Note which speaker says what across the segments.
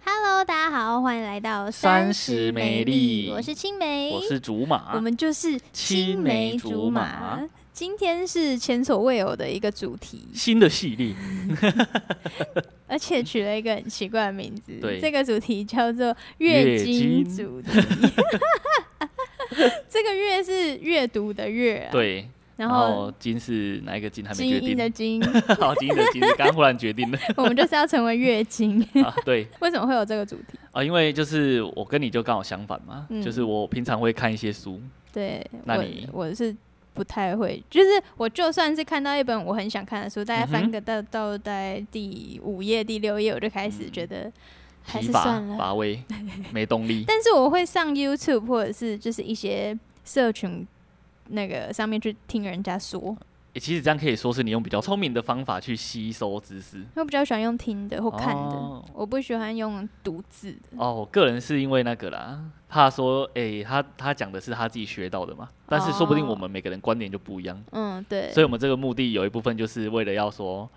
Speaker 1: Hello，大家好，欢迎来到
Speaker 2: 三
Speaker 1: 十
Speaker 2: 十
Speaker 1: 美
Speaker 2: 美
Speaker 1: 丽，
Speaker 2: 丽
Speaker 1: 我是青梅，
Speaker 2: 我是竹马，
Speaker 1: 我们就是青
Speaker 2: 青
Speaker 1: 梅
Speaker 2: 梅
Speaker 1: 竹
Speaker 2: 竹
Speaker 1: 马
Speaker 2: 马。
Speaker 1: 今天是前所未有的一个主题，
Speaker 2: 新的系 列，
Speaker 1: 而且取了一个很奇怪的名字。
Speaker 2: 对
Speaker 1: 这个主题叫做“
Speaker 2: 月
Speaker 1: 月经
Speaker 2: 经
Speaker 1: 主题”。 这个“月”是阅读的“月”，，啊
Speaker 2: 对。
Speaker 1: 然后
Speaker 2: 金是哪一个金还没
Speaker 1: 精
Speaker 2: 决
Speaker 1: 英 的“
Speaker 2: 定，
Speaker 1: 精
Speaker 2: 好金的金，刚忽然决 定了”，
Speaker 1: 我们就是要成为月经。
Speaker 2: 啊，对
Speaker 1: 为什么会有这个主题？
Speaker 2: 啊，因为就是我跟你就刚好相反嘛，
Speaker 1: 嗯
Speaker 2: 就是我平常会看一些书，
Speaker 1: 对，
Speaker 2: 那
Speaker 1: 我
Speaker 2: 你
Speaker 1: 我是不太会，就是我就算是看到一本我很想看的书，大概
Speaker 2: 嗯
Speaker 1: 翻
Speaker 2: 哼
Speaker 1: 个到、到大概第五页、第六页，我就开始觉得还
Speaker 2: 疲
Speaker 1: 是
Speaker 2: 乏
Speaker 1: 算了。
Speaker 2: 乏味，没动力，
Speaker 1: 但是我会上 YouTube 或者是就是一些社群那个上面去听人家说，因
Speaker 2: 欸其实这样可以说是你用比较聪明的方法去吸收知识。
Speaker 1: 为我比较喜欢用听的或看的，
Speaker 2: 哦
Speaker 1: 我不喜欢用读字的。
Speaker 2: 哦，我个人是因为那个啦，怕说，诶，他他讲的是他自己学到的嘛，但是说不定
Speaker 1: 哦
Speaker 2: 我们每个人观点就不一样，
Speaker 1: 嗯，对
Speaker 2: 所，以我们这个目的有一部分就是为了要说，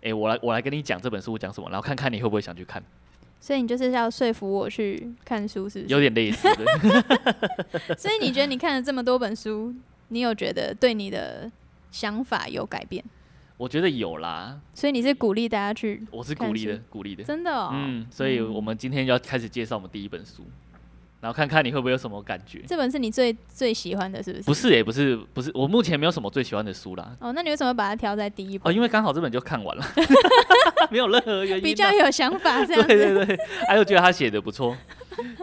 Speaker 2: 诶，我来我来跟你讲这本书讲什么，然后看看你会不会想 去看，
Speaker 1: 所以你就是要说服我去看书，是不
Speaker 2: 有
Speaker 1: 是？
Speaker 2: 点类似的。
Speaker 1: 所以你觉得你看了这么多本书，你有觉得对你的想法有改变？
Speaker 2: 我觉得有啦，
Speaker 1: 所以你是鼓励大家去，
Speaker 2: 我是
Speaker 1: 看
Speaker 2: 鼓励的
Speaker 1: 书，
Speaker 2: 鼓励的。
Speaker 1: 真的、哦，
Speaker 2: 嗯，所以我们今天要开始介绍我们第一本书，然后看看你会不会有什么感觉。
Speaker 1: 这本是你最最喜欢的，是不是？
Speaker 2: 不，是诶，不是不是，我目前没有什么最喜欢的书啦，
Speaker 1: 哦，那你为什么把它挑在第一
Speaker 2: 哦，
Speaker 1: 本？
Speaker 2: 因为刚好这本就看完了， 没有任何原因啊、
Speaker 1: 比较有想法这样
Speaker 2: 对
Speaker 1: 子。
Speaker 2: 对对，哎、啊，又觉得他写的不错，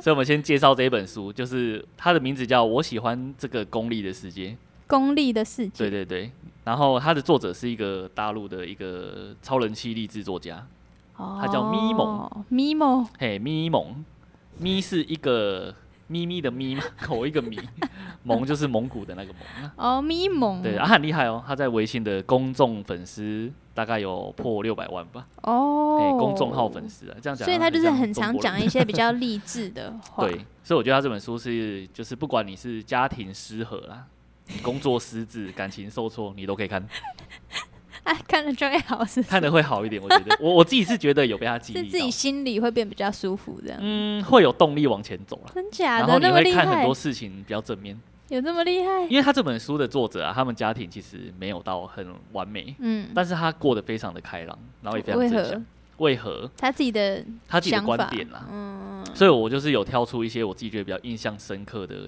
Speaker 2: 所以我们先介绍这一本书，就是它的名字叫《我喜欢这个功利的世界》。
Speaker 1: 功利的世界，
Speaker 2: 对对对，然后它的作者是一个大陆的一个超人气励志作家，
Speaker 1: 哦，
Speaker 2: 它叫咪蒙
Speaker 1: 咪蒙，
Speaker 2: 嘿，咪蒙，咪是一个咪咪的咪嘛，口一个咪， 蒙就是蒙古的那个蒙啊。
Speaker 1: 哦，咪蒙，
Speaker 2: 对，啊，很厉害哦，他在微信的公众粉丝大概有破六百万吧。
Speaker 1: 哦、
Speaker 2: 哎、公众号粉丝啊，这样讲，
Speaker 1: 所以他就是很常讲
Speaker 2: 一
Speaker 1: 一些比较励志的 话。
Speaker 2: 对，所以我觉得他这本书是，就是不管你是家庭失和啦，工作失智、感情受挫，你都可以看，
Speaker 1: 哎，看了就会好，是不是
Speaker 2: 看的会好一点。我觉得，我我自己是觉得有被他激
Speaker 1: 是
Speaker 2: 励
Speaker 1: 自己
Speaker 2: 到，
Speaker 1: 心里会变比较舒服这样。
Speaker 2: 嗯，会有动力往前走了。
Speaker 1: 真假
Speaker 2: 然后
Speaker 1: 的
Speaker 2: 你
Speaker 1: 那么
Speaker 2: 会
Speaker 1: 厉
Speaker 2: 看很
Speaker 1: 害
Speaker 2: 多？事情比较正面，
Speaker 1: 有这么厉害？
Speaker 2: 因为他这本书的作者啊，他们家庭其实没有到很完美，
Speaker 1: 嗯，
Speaker 2: 但是他过得非常的开朗，然后也非常
Speaker 1: 为何
Speaker 2: 正向。为何
Speaker 1: 他自己的
Speaker 2: 他自己的
Speaker 1: 想法
Speaker 2: 观点啦？
Speaker 1: 嗯
Speaker 2: 所以我就是有挑出一些我自己觉得比较印象深刻的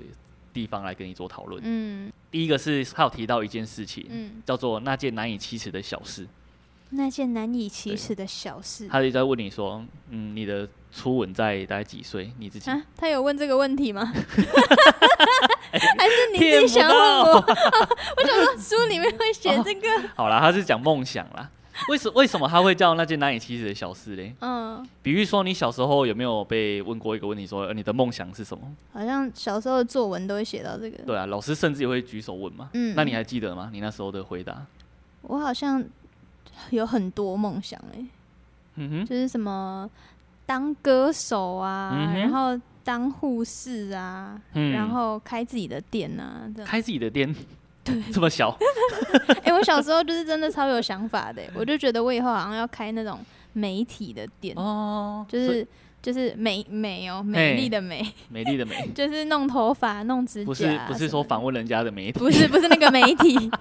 Speaker 2: 地方来跟你做讨论。
Speaker 1: 嗯
Speaker 2: 第一个是他有提到一件事情，
Speaker 1: 嗯，
Speaker 2: 叫做那件难以启齿的小事，
Speaker 1: 那件难以启
Speaker 2: 对
Speaker 1: 齿的小事
Speaker 2: 他就在问你说，嗯，你的初吻在大概几岁？你自己
Speaker 1: 啊，他有问这个问题 吗？还是你自己
Speaker 2: 骗不
Speaker 1: 想问我？
Speaker 2: 到
Speaker 1: 我想说书里面会写这个，
Speaker 2: 好啦，他是讲梦想啦。为什为什么他会叫那件难以启齿的小事嘞？
Speaker 1: 嗯，
Speaker 2: 比喻说，你小时候有没有被问过一个问题说，呃你的梦想是什么？
Speaker 1: 好像小时候的作文都会写到这个。
Speaker 2: 对啊，老师甚至也会举手问嘛。
Speaker 1: 嗯
Speaker 2: 那你还记得吗？你那时候的回答？
Speaker 1: 我好像有很多梦想哎、
Speaker 2: 嗯哼，
Speaker 1: 就是什么当歌手啊，
Speaker 2: 嗯哼
Speaker 1: 然后当护士啊，
Speaker 2: 嗯
Speaker 1: 然后开自己的店啊，这样。
Speaker 2: 开自己的店， 这么小，
Speaker 1: 哎、我小时候就是真的超有想法的欸、我就觉得我以后好像要开那种媒体的店，
Speaker 2: 哦，
Speaker 1: 就
Speaker 2: 所以
Speaker 1: 是就是美美哦，美丽
Speaker 2: 嘿
Speaker 1: 的美，
Speaker 2: 美丽的美，
Speaker 1: 就是弄头发、弄指甲，啊
Speaker 2: 不是不是说，访问人家的媒 体
Speaker 1: 不是不是那个媒 体，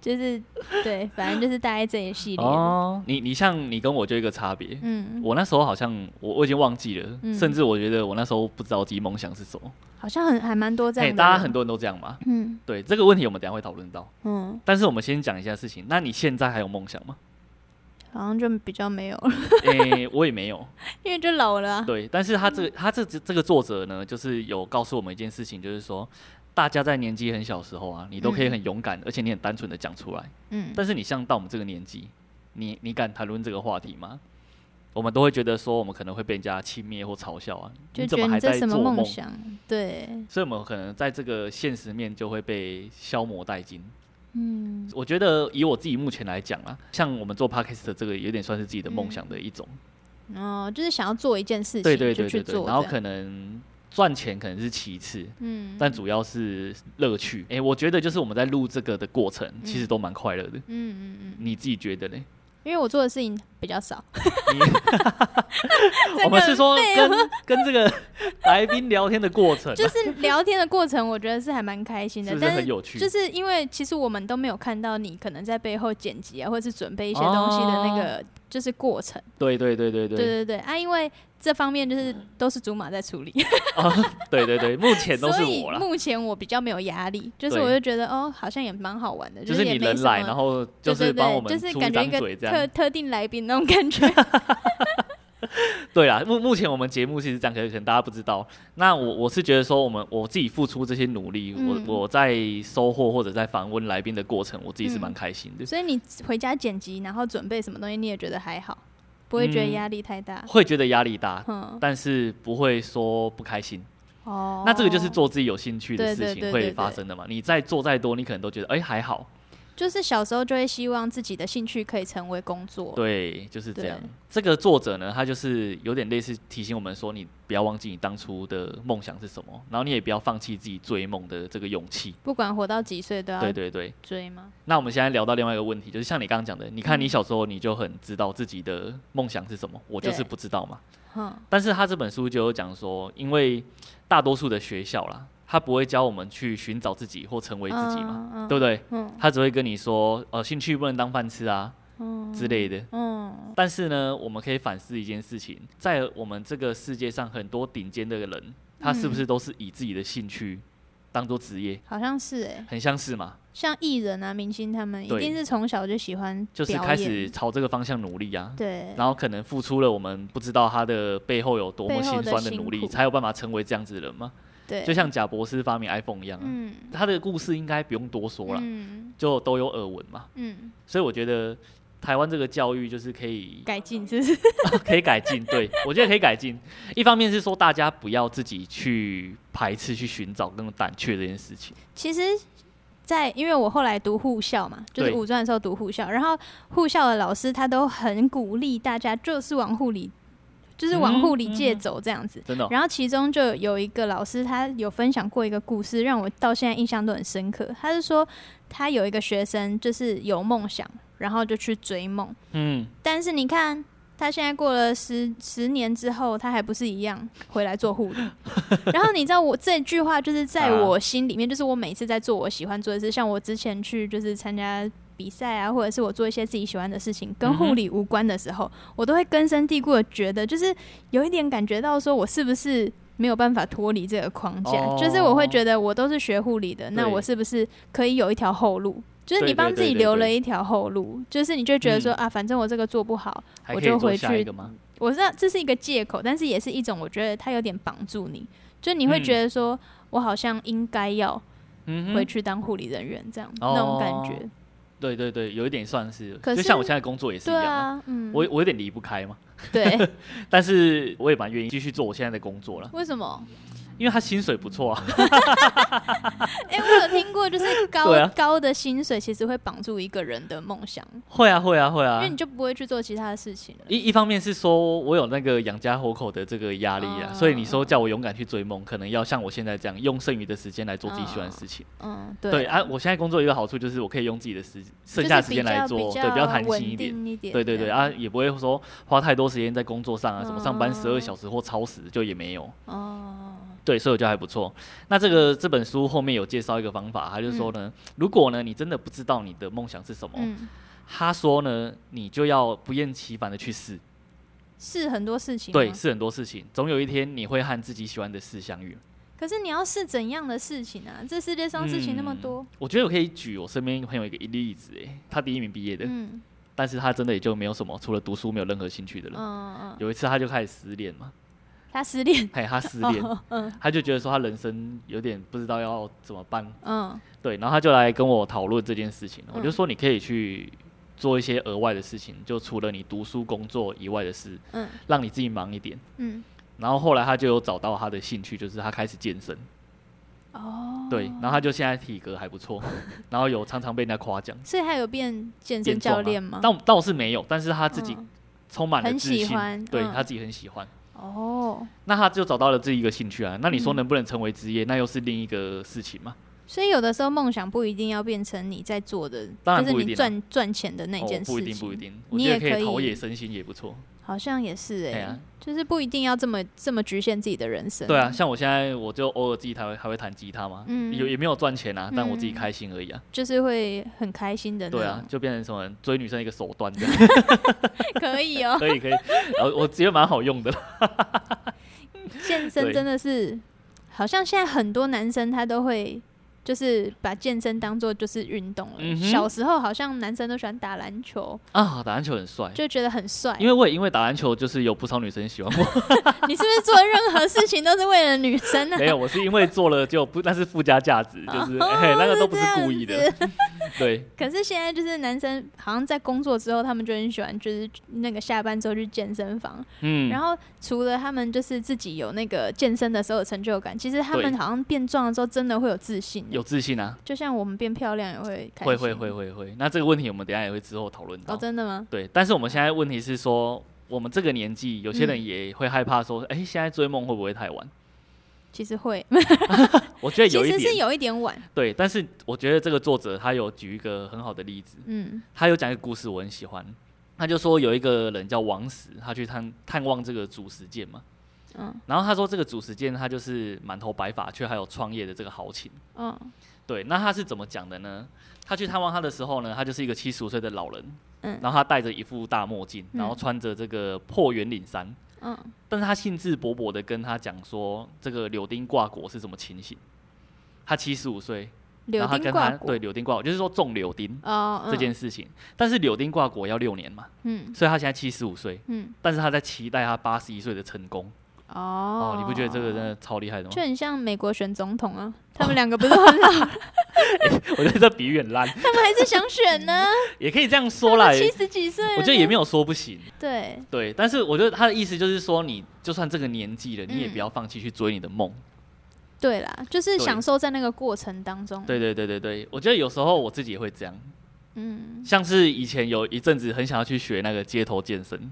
Speaker 1: 就是对，反正就是大概这一系列的。
Speaker 2: 哦。你你像你跟我就有一个差别，
Speaker 1: 嗯，
Speaker 2: 我那时候好像我我已经忘记了，
Speaker 1: 嗯
Speaker 2: 甚至我觉得我那时候不知道自己梦想是什么。
Speaker 1: 好像很还蛮多这样
Speaker 2: 哎，
Speaker 1: 的。
Speaker 2: 大家很，多人都这样嘛。
Speaker 1: 嗯
Speaker 2: 对这个问题，我们等一下会讨论到。
Speaker 1: 嗯，
Speaker 2: 但是我们先讲一下事情。那你现在还有梦 想吗？
Speaker 1: 好像就比较没有了，
Speaker 2: 诶、我也没有。
Speaker 1: 因为就老了啊、
Speaker 2: 对，但是他这个他这这个作者呢，就是有告诉我们一件事情，就是说，大家在年纪很小的时候啊，你都可以
Speaker 1: 嗯
Speaker 2: 很勇敢，而且你很单纯的讲出来。
Speaker 1: 嗯，
Speaker 2: 但是你像到我们这个年纪，你你敢谈论这个话题吗？我们都会觉得说，我们可能会被人家轻蔑或嘲笑啊，
Speaker 1: 就
Speaker 2: 你怎
Speaker 1: 觉得
Speaker 2: 么还
Speaker 1: 你这
Speaker 2: 在
Speaker 1: 什么
Speaker 2: 做
Speaker 1: 梦
Speaker 2: 梦？
Speaker 1: 想？对，
Speaker 2: 所以我们可能在这个现实面就会被消磨殆尽。
Speaker 1: 嗯
Speaker 2: 我觉得以我自己目前来讲啊，像我们做 podcast 的这个有点算是自己的梦想的一种，
Speaker 1: 哦，就是想要做一件事情，
Speaker 2: 对对
Speaker 1: 嗯
Speaker 2: 对
Speaker 1: 就去做
Speaker 2: 对
Speaker 1: 这样，
Speaker 2: 对。然后可能赚钱可能是其次，
Speaker 1: 嗯，
Speaker 2: 但主要是乐趣。
Speaker 1: 嗯
Speaker 2: 诶、我觉得就是我们在录这个的过程，其实都蛮快乐的。
Speaker 1: 嗯嗯嗯。
Speaker 2: 你自己觉得嘞？
Speaker 1: 因为我做的事情比较少。
Speaker 2: 你
Speaker 1: 真
Speaker 2: 我们
Speaker 1: 的
Speaker 2: 是说
Speaker 1: 废哦
Speaker 2: 跟跟这个来宾聊天的过程啊，
Speaker 1: 就是聊天的过程，我觉得是还蛮开心的，
Speaker 2: 是不是
Speaker 1: 但
Speaker 2: 很有趣？
Speaker 1: 就是因为其实我们都没有看到你可能在背后剪辑啊，或者是准备一些东西的那个就是过程。
Speaker 2: 对对对哦对
Speaker 1: 对对对啊，因为这方面就是都是祖玛在处理，
Speaker 2: 啊，对对对，目 前哎都
Speaker 1: 所
Speaker 2: 是
Speaker 1: 以
Speaker 2: 我啦，
Speaker 1: 目前我比较没有压力，就是
Speaker 2: 对
Speaker 1: 我就觉得哦，好像也蛮好玩的，
Speaker 2: 就是是你
Speaker 1: 也没
Speaker 2: 人
Speaker 1: 什
Speaker 2: 来，
Speaker 1: 么
Speaker 2: 然后
Speaker 1: 对
Speaker 2: 是
Speaker 1: 对
Speaker 2: 帮我
Speaker 1: 对，
Speaker 2: 们
Speaker 1: 就是
Speaker 2: 出一
Speaker 1: 感觉一
Speaker 2: 张
Speaker 1: 个
Speaker 2: 嘴这
Speaker 1: 特
Speaker 2: 样。
Speaker 1: 特定来宾那种感 觉。
Speaker 2: 对啦，目目前我们节目其实这样，可能大家不知道。那我我是觉得说，我们我自己付出这些努力，
Speaker 1: 嗯
Speaker 2: 我我在收获或者在访问来宾的过程，我自己是蛮
Speaker 1: 嗯
Speaker 2: 开心的。
Speaker 1: 所以你回家剪辑，然后准备什么东西，你也觉得还好，不会觉得
Speaker 2: 嗯
Speaker 1: 压力太大。
Speaker 2: 会觉得压力大，
Speaker 1: 嗯，
Speaker 2: 但是不会说不开心。
Speaker 1: 哦，
Speaker 2: 那这个就是，做自己有兴趣的
Speaker 1: 对对
Speaker 2: 事情
Speaker 1: 对
Speaker 2: 会
Speaker 1: 对
Speaker 2: 发
Speaker 1: 对
Speaker 2: 生的嘛。你再做再多，你可能都觉得哎、还好，
Speaker 1: 就是小时候就会希望自己的兴趣可以成为工作。
Speaker 2: 对，就是这
Speaker 1: 对
Speaker 2: 样。这个作者呢，他就是有点类似提醒我们说，你不要忘记你当初的梦想是什么，然后你也不要放弃自己追梦的这个勇气。
Speaker 1: 不管活到几岁都要
Speaker 2: 对对对。
Speaker 1: 追吗？
Speaker 2: 那我们现在聊到另外一个问题，就是像你刚刚讲的，你看你
Speaker 1: 嗯
Speaker 2: 小时候你就很知道自己的梦想是什么，我就是
Speaker 1: 对
Speaker 2: 不知道嘛。
Speaker 1: 哼，
Speaker 2: 但是他这本书就有讲说，因为大多数的学校啦，他不会教我们去寻找自己或成为自己嘛，
Speaker 1: 嘛
Speaker 2: 对不对？
Speaker 1: 嗯
Speaker 2: 他只会跟你说，呃，兴趣不能当饭吃啊
Speaker 1: 嗯
Speaker 2: 之类的。
Speaker 1: 嗯
Speaker 2: 但是呢，我们可以反思一件事情，在我们这个世界上，很多顶尖的人，他是不
Speaker 1: 嗯
Speaker 2: 是都是以自己的兴趣当做职业？
Speaker 1: 好像是哎、
Speaker 2: 很像是嘛，
Speaker 1: 像艺人啊、明星他们一
Speaker 2: 对
Speaker 1: 定是从小就喜欢
Speaker 2: 就是
Speaker 1: 表
Speaker 2: 开始
Speaker 1: 演
Speaker 2: 朝这个方向努力啊。
Speaker 1: 对，
Speaker 2: 然后可能付出了我们不知道他的背后有多么
Speaker 1: 背后
Speaker 2: 辛
Speaker 1: 的
Speaker 2: 酸的
Speaker 1: 辛
Speaker 2: 努力，
Speaker 1: 苦
Speaker 2: 才有办法成为这样子的人嘛。
Speaker 1: 对，
Speaker 2: 就像贾博士发明 iPhone 一样啊。
Speaker 1: 嗯
Speaker 2: 他的故事应该不用多说了，
Speaker 1: 嗯
Speaker 2: 就都有耳闻嘛。
Speaker 1: 嗯，
Speaker 2: 所以我觉得台湾这个教育就是可以
Speaker 1: 改进是不是？
Speaker 2: 可以改进，对我觉得可以改进。一方面是说大家不要自己去排斥、去寻找那种胆怯这件事情。
Speaker 1: 其实在，因为我后来读护校嘛，就是
Speaker 2: 对
Speaker 1: 五专的时候读护校，然后护校的老师他都很鼓励大家，就是往护理，就是往护理界
Speaker 2: 嗯嗯嗯
Speaker 1: 走这样子。
Speaker 2: 真的哦、
Speaker 1: 然后其中就有一个老师，他有分享过一个故事，让我到现在印象都很深刻。他是说，他有一个学生就是有梦想，然后就去追梦，
Speaker 2: 嗯，
Speaker 1: 但是你看。他现在过了十十年之后，他还不是一样回来做护理。 然后你知道我这句话就是在
Speaker 2: 啊
Speaker 1: 我心里面，就是我每次在做我喜欢做的事，像我之前去就是参加比赛啊，或者是我做一些自己喜欢的事情，跟
Speaker 2: 嗯哼
Speaker 1: 护理无关的时候，
Speaker 2: 嗯
Speaker 1: 我都会根深蒂固的觉得，就是有一点感觉到说我是不是没有办法脱离这个框架，
Speaker 2: 哦
Speaker 1: 就是我会觉得我都是学护理的，那
Speaker 2: 对
Speaker 1: 我是不是可以有一条后路？就是
Speaker 2: 对
Speaker 1: 你
Speaker 2: 对
Speaker 1: 帮
Speaker 2: 对
Speaker 1: 自己
Speaker 2: 对
Speaker 1: 留
Speaker 2: 对
Speaker 1: 了一条后路，就是你就觉得说、
Speaker 2: 嗯
Speaker 1: 啊，反正我这个做不好，
Speaker 2: 还
Speaker 1: 我
Speaker 2: 可
Speaker 1: 就
Speaker 2: 以做
Speaker 1: 回
Speaker 2: 下一
Speaker 1: 去
Speaker 2: 个吗？
Speaker 1: 我知道这是一个借口，但是也是一种我觉得它有点绑住你，就你会
Speaker 2: 嗯
Speaker 1: 觉得说、我好像应该要
Speaker 2: 嗯
Speaker 1: 回
Speaker 2: 哼，
Speaker 1: 去当护理人员这样、
Speaker 2: 哦
Speaker 1: 那种感觉。
Speaker 2: 对对对，有一点算是，
Speaker 1: 可
Speaker 2: 就是像我现在工作也是一
Speaker 1: 对
Speaker 2: 样、啊。
Speaker 1: 啊，嗯，
Speaker 2: 我我有点离不开嘛，
Speaker 1: 对，
Speaker 2: 但是我也蛮愿意继续做我现在的工作了，
Speaker 1: 为什么？
Speaker 2: 因为他薪水不错啊。
Speaker 1: 哎、我有听过，就是高、
Speaker 2: 对啊
Speaker 1: 高的薪水其实会绑住一个人的梦想，
Speaker 2: 会啊，会啊，会
Speaker 1: 因
Speaker 2: 啊
Speaker 1: 为。你就不会去做其他的事情了。
Speaker 2: 一一方面是说我有那个养家活口的这个压力啊，
Speaker 1: 哦
Speaker 2: 所以你说叫我勇敢去追梦，可能要像我现在这样，用剩余的时间来做自己喜欢的事情。
Speaker 1: 嗯，对
Speaker 2: 对啊，我现在工作有一个好处就是我可以用自己的时剩下的时间来做，
Speaker 1: 就是比较
Speaker 2: 对，比较弹
Speaker 1: 稳
Speaker 2: 性一点。
Speaker 1: 定一点
Speaker 2: 对对对
Speaker 1: 这样
Speaker 2: 啊，也不会说花太多时间在工作上啊，什么上班
Speaker 1: 嗯
Speaker 2: 十二小时或超时就也没有。
Speaker 1: 哦，
Speaker 2: 对，所以我觉得还不错。那这个这本书后面有介绍一个方法，他就说呢，如果呢你真的不知道你的梦想是什么，
Speaker 1: 嗯，
Speaker 2: 他说呢你就要不厌其烦的去试。
Speaker 1: 是很多事情吗
Speaker 2: 对，是很多事情，总有一天你会和自己喜欢的事相遇。
Speaker 1: 可是你要是怎样的事情啊？这世界上事情那么多，
Speaker 2: 嗯我觉得我可以举我身边朋友一个例子，哎，他第一名毕业的，
Speaker 1: 嗯
Speaker 2: 但是他真的也就没有什么，除了读书没有任何兴趣的
Speaker 1: 嗯
Speaker 2: 人。
Speaker 1: 嗯，嗯
Speaker 2: 有一次他就开始失恋嘛，
Speaker 1: 他失恋，
Speaker 2: 嘿，他失恋，
Speaker 1: 哦嗯
Speaker 2: 他就觉得说他人生有点不知道要怎么办，
Speaker 1: 嗯
Speaker 2: 对，然后他就来跟我讨论这件事情，我就
Speaker 1: 嗯
Speaker 2: 说你可以去。做一些额外的事情，就除了你读书、工作以外的事，
Speaker 1: 嗯
Speaker 2: 让你自己忙一点。
Speaker 1: 嗯，
Speaker 2: 然后后来他就有找到他的兴趣，就是他开始健身。
Speaker 1: 哦，
Speaker 2: 对，然后他就现在体格还不错，然后有常常被人家夸奖，
Speaker 1: 所以他有变健身
Speaker 2: 变壮
Speaker 1: 教
Speaker 2: 啊
Speaker 1: 练吗？
Speaker 2: 倒倒是没有，但是他自己
Speaker 1: 嗯
Speaker 2: 充满了
Speaker 1: 很
Speaker 2: 自
Speaker 1: 喜
Speaker 2: 信，
Speaker 1: 欢
Speaker 2: 对
Speaker 1: 嗯
Speaker 2: 他自己很喜欢。
Speaker 1: 哦，
Speaker 2: 那他就找到了这一个兴趣啊，那你说
Speaker 1: 嗯
Speaker 2: 能不能成为职业，那又是另一个事情嘛。
Speaker 1: 所以有的时候梦想不一定要变成你在做的，
Speaker 2: 当然
Speaker 1: 就是
Speaker 2: 不一
Speaker 1: 你
Speaker 2: 定啊
Speaker 1: 赚赚钱的那件事情。
Speaker 2: 哦，不一定不一定，我
Speaker 1: 你
Speaker 2: 觉得
Speaker 1: 也
Speaker 2: 可
Speaker 1: 可
Speaker 2: 以陶
Speaker 1: 以
Speaker 2: 冶身心也不错。
Speaker 1: 好像也是哎、
Speaker 2: 哎呀
Speaker 1: 就是不一定要这么这么局限自己的人生。
Speaker 2: 对啊，，像我现在我就偶尔自己还会还会弹吉他嘛，
Speaker 1: 嗯
Speaker 2: 有也没有赚钱啊，但我自己
Speaker 1: 嗯
Speaker 2: 开心而已啊。
Speaker 1: 就是会很开心的那哦
Speaker 2: 对啊
Speaker 1: 种，。
Speaker 2: 就变成什么追女生一个手段这样，
Speaker 1: 可以哦、
Speaker 2: 可以可以，然后我觉得蛮好用的啦。
Speaker 1: 健身
Speaker 2: 对
Speaker 1: 真的是，好像现在很多男生他都会。就是把健身当做就是运动了。
Speaker 2: 嗯哼
Speaker 1: 小时候好像男生都喜欢打篮球，
Speaker 2: 啊，打篮球很帅，
Speaker 1: 就觉得很帅。
Speaker 2: 因为我也因为打篮球就是有不少女生喜欢我，
Speaker 1: 你是不是做任何事情都是为了女生呢、啊
Speaker 2: 没有，我是因为做了就不那是附加价值，就是
Speaker 1: 哦
Speaker 2: 哎那个都不是故意的， 对。
Speaker 1: 可是现在就是男生好像在工作之后，他们就很喜欢就是那个下班之后去健身房，
Speaker 2: 嗯，
Speaker 1: 然后除了他们就是自己有那个健身的时候有成就感，其实他们
Speaker 2: 对
Speaker 1: 好像变壮了之后真的会有自信欸，
Speaker 2: 有自信啊，
Speaker 1: 就像我们变漂亮也会开心，
Speaker 2: 会会会会会。那这个问题我们等一下也会之后讨论到。
Speaker 1: 哦，真的吗？
Speaker 2: 对，但是我们现在问题是说，我们这个年纪，有些人
Speaker 1: 嗯
Speaker 2: 也会害怕说，哎、现在追梦会不会太晚？
Speaker 1: 其实会，
Speaker 2: 我 觉得有
Speaker 1: 其
Speaker 2: 一
Speaker 1: 实是
Speaker 2: 点，
Speaker 1: 有一点晚，
Speaker 2: 对，但是我觉得这个作者他有举一个很好的例子，
Speaker 1: 嗯
Speaker 2: 他有讲一个故事，我很喜欢。他就说有一个人叫王石，他去探探望这个主石剑嘛，
Speaker 1: 嗯
Speaker 2: 然后他说这个主石剑他就是满头白发，却还有创业的这个豪情。
Speaker 1: 嗯
Speaker 2: 对，那他是怎么讲的呢？他去探望他的时候呢，他就是一个七十五岁的老人，
Speaker 1: 嗯
Speaker 2: 然后他戴着一副大墨镜，
Speaker 1: 嗯
Speaker 2: 然后穿着这个破圆领衫，
Speaker 1: 嗯，
Speaker 2: 但是他兴致勃勃的跟他讲说，这个柳丁挂果是什么情形？他七十五岁，
Speaker 1: 柳
Speaker 2: 然后他
Speaker 1: 丁
Speaker 2: 跟
Speaker 1: 挂
Speaker 2: 他
Speaker 1: 果，
Speaker 2: 对柳丁挂果，就是说种柳丁
Speaker 1: 哦，嗯
Speaker 2: 这件事情。但是柳丁挂果要六年嘛，
Speaker 1: 嗯
Speaker 2: 所以他现在七十五岁，
Speaker 1: 嗯
Speaker 2: 但是他在期待他八十一岁的成功。
Speaker 1: 哦
Speaker 2: 哦，你不觉得这个真的超厉害的吗
Speaker 1: 就？很像美国选总统 啊，他们两个不是很老，
Speaker 2: 我觉得这比喻很烂，
Speaker 1: 他们还是想选 呢，
Speaker 2: 也可以这样说啦。
Speaker 1: 七
Speaker 2: 也
Speaker 1: 十几岁了呢，
Speaker 2: 我觉得也没有说不行，
Speaker 1: 对，
Speaker 2: 对，但是我觉得他的意思就是说，你就算这个年纪了，你也
Speaker 1: 嗯
Speaker 2: 不要放弃去追你的梦。
Speaker 1: 对啦，就是
Speaker 2: 对
Speaker 1: 享受在那个过程当中。
Speaker 2: 对对对对对，我觉得有时候我自己也会这样，
Speaker 1: 嗯，
Speaker 2: 像是以前有一阵子很想要去学那个街头健身，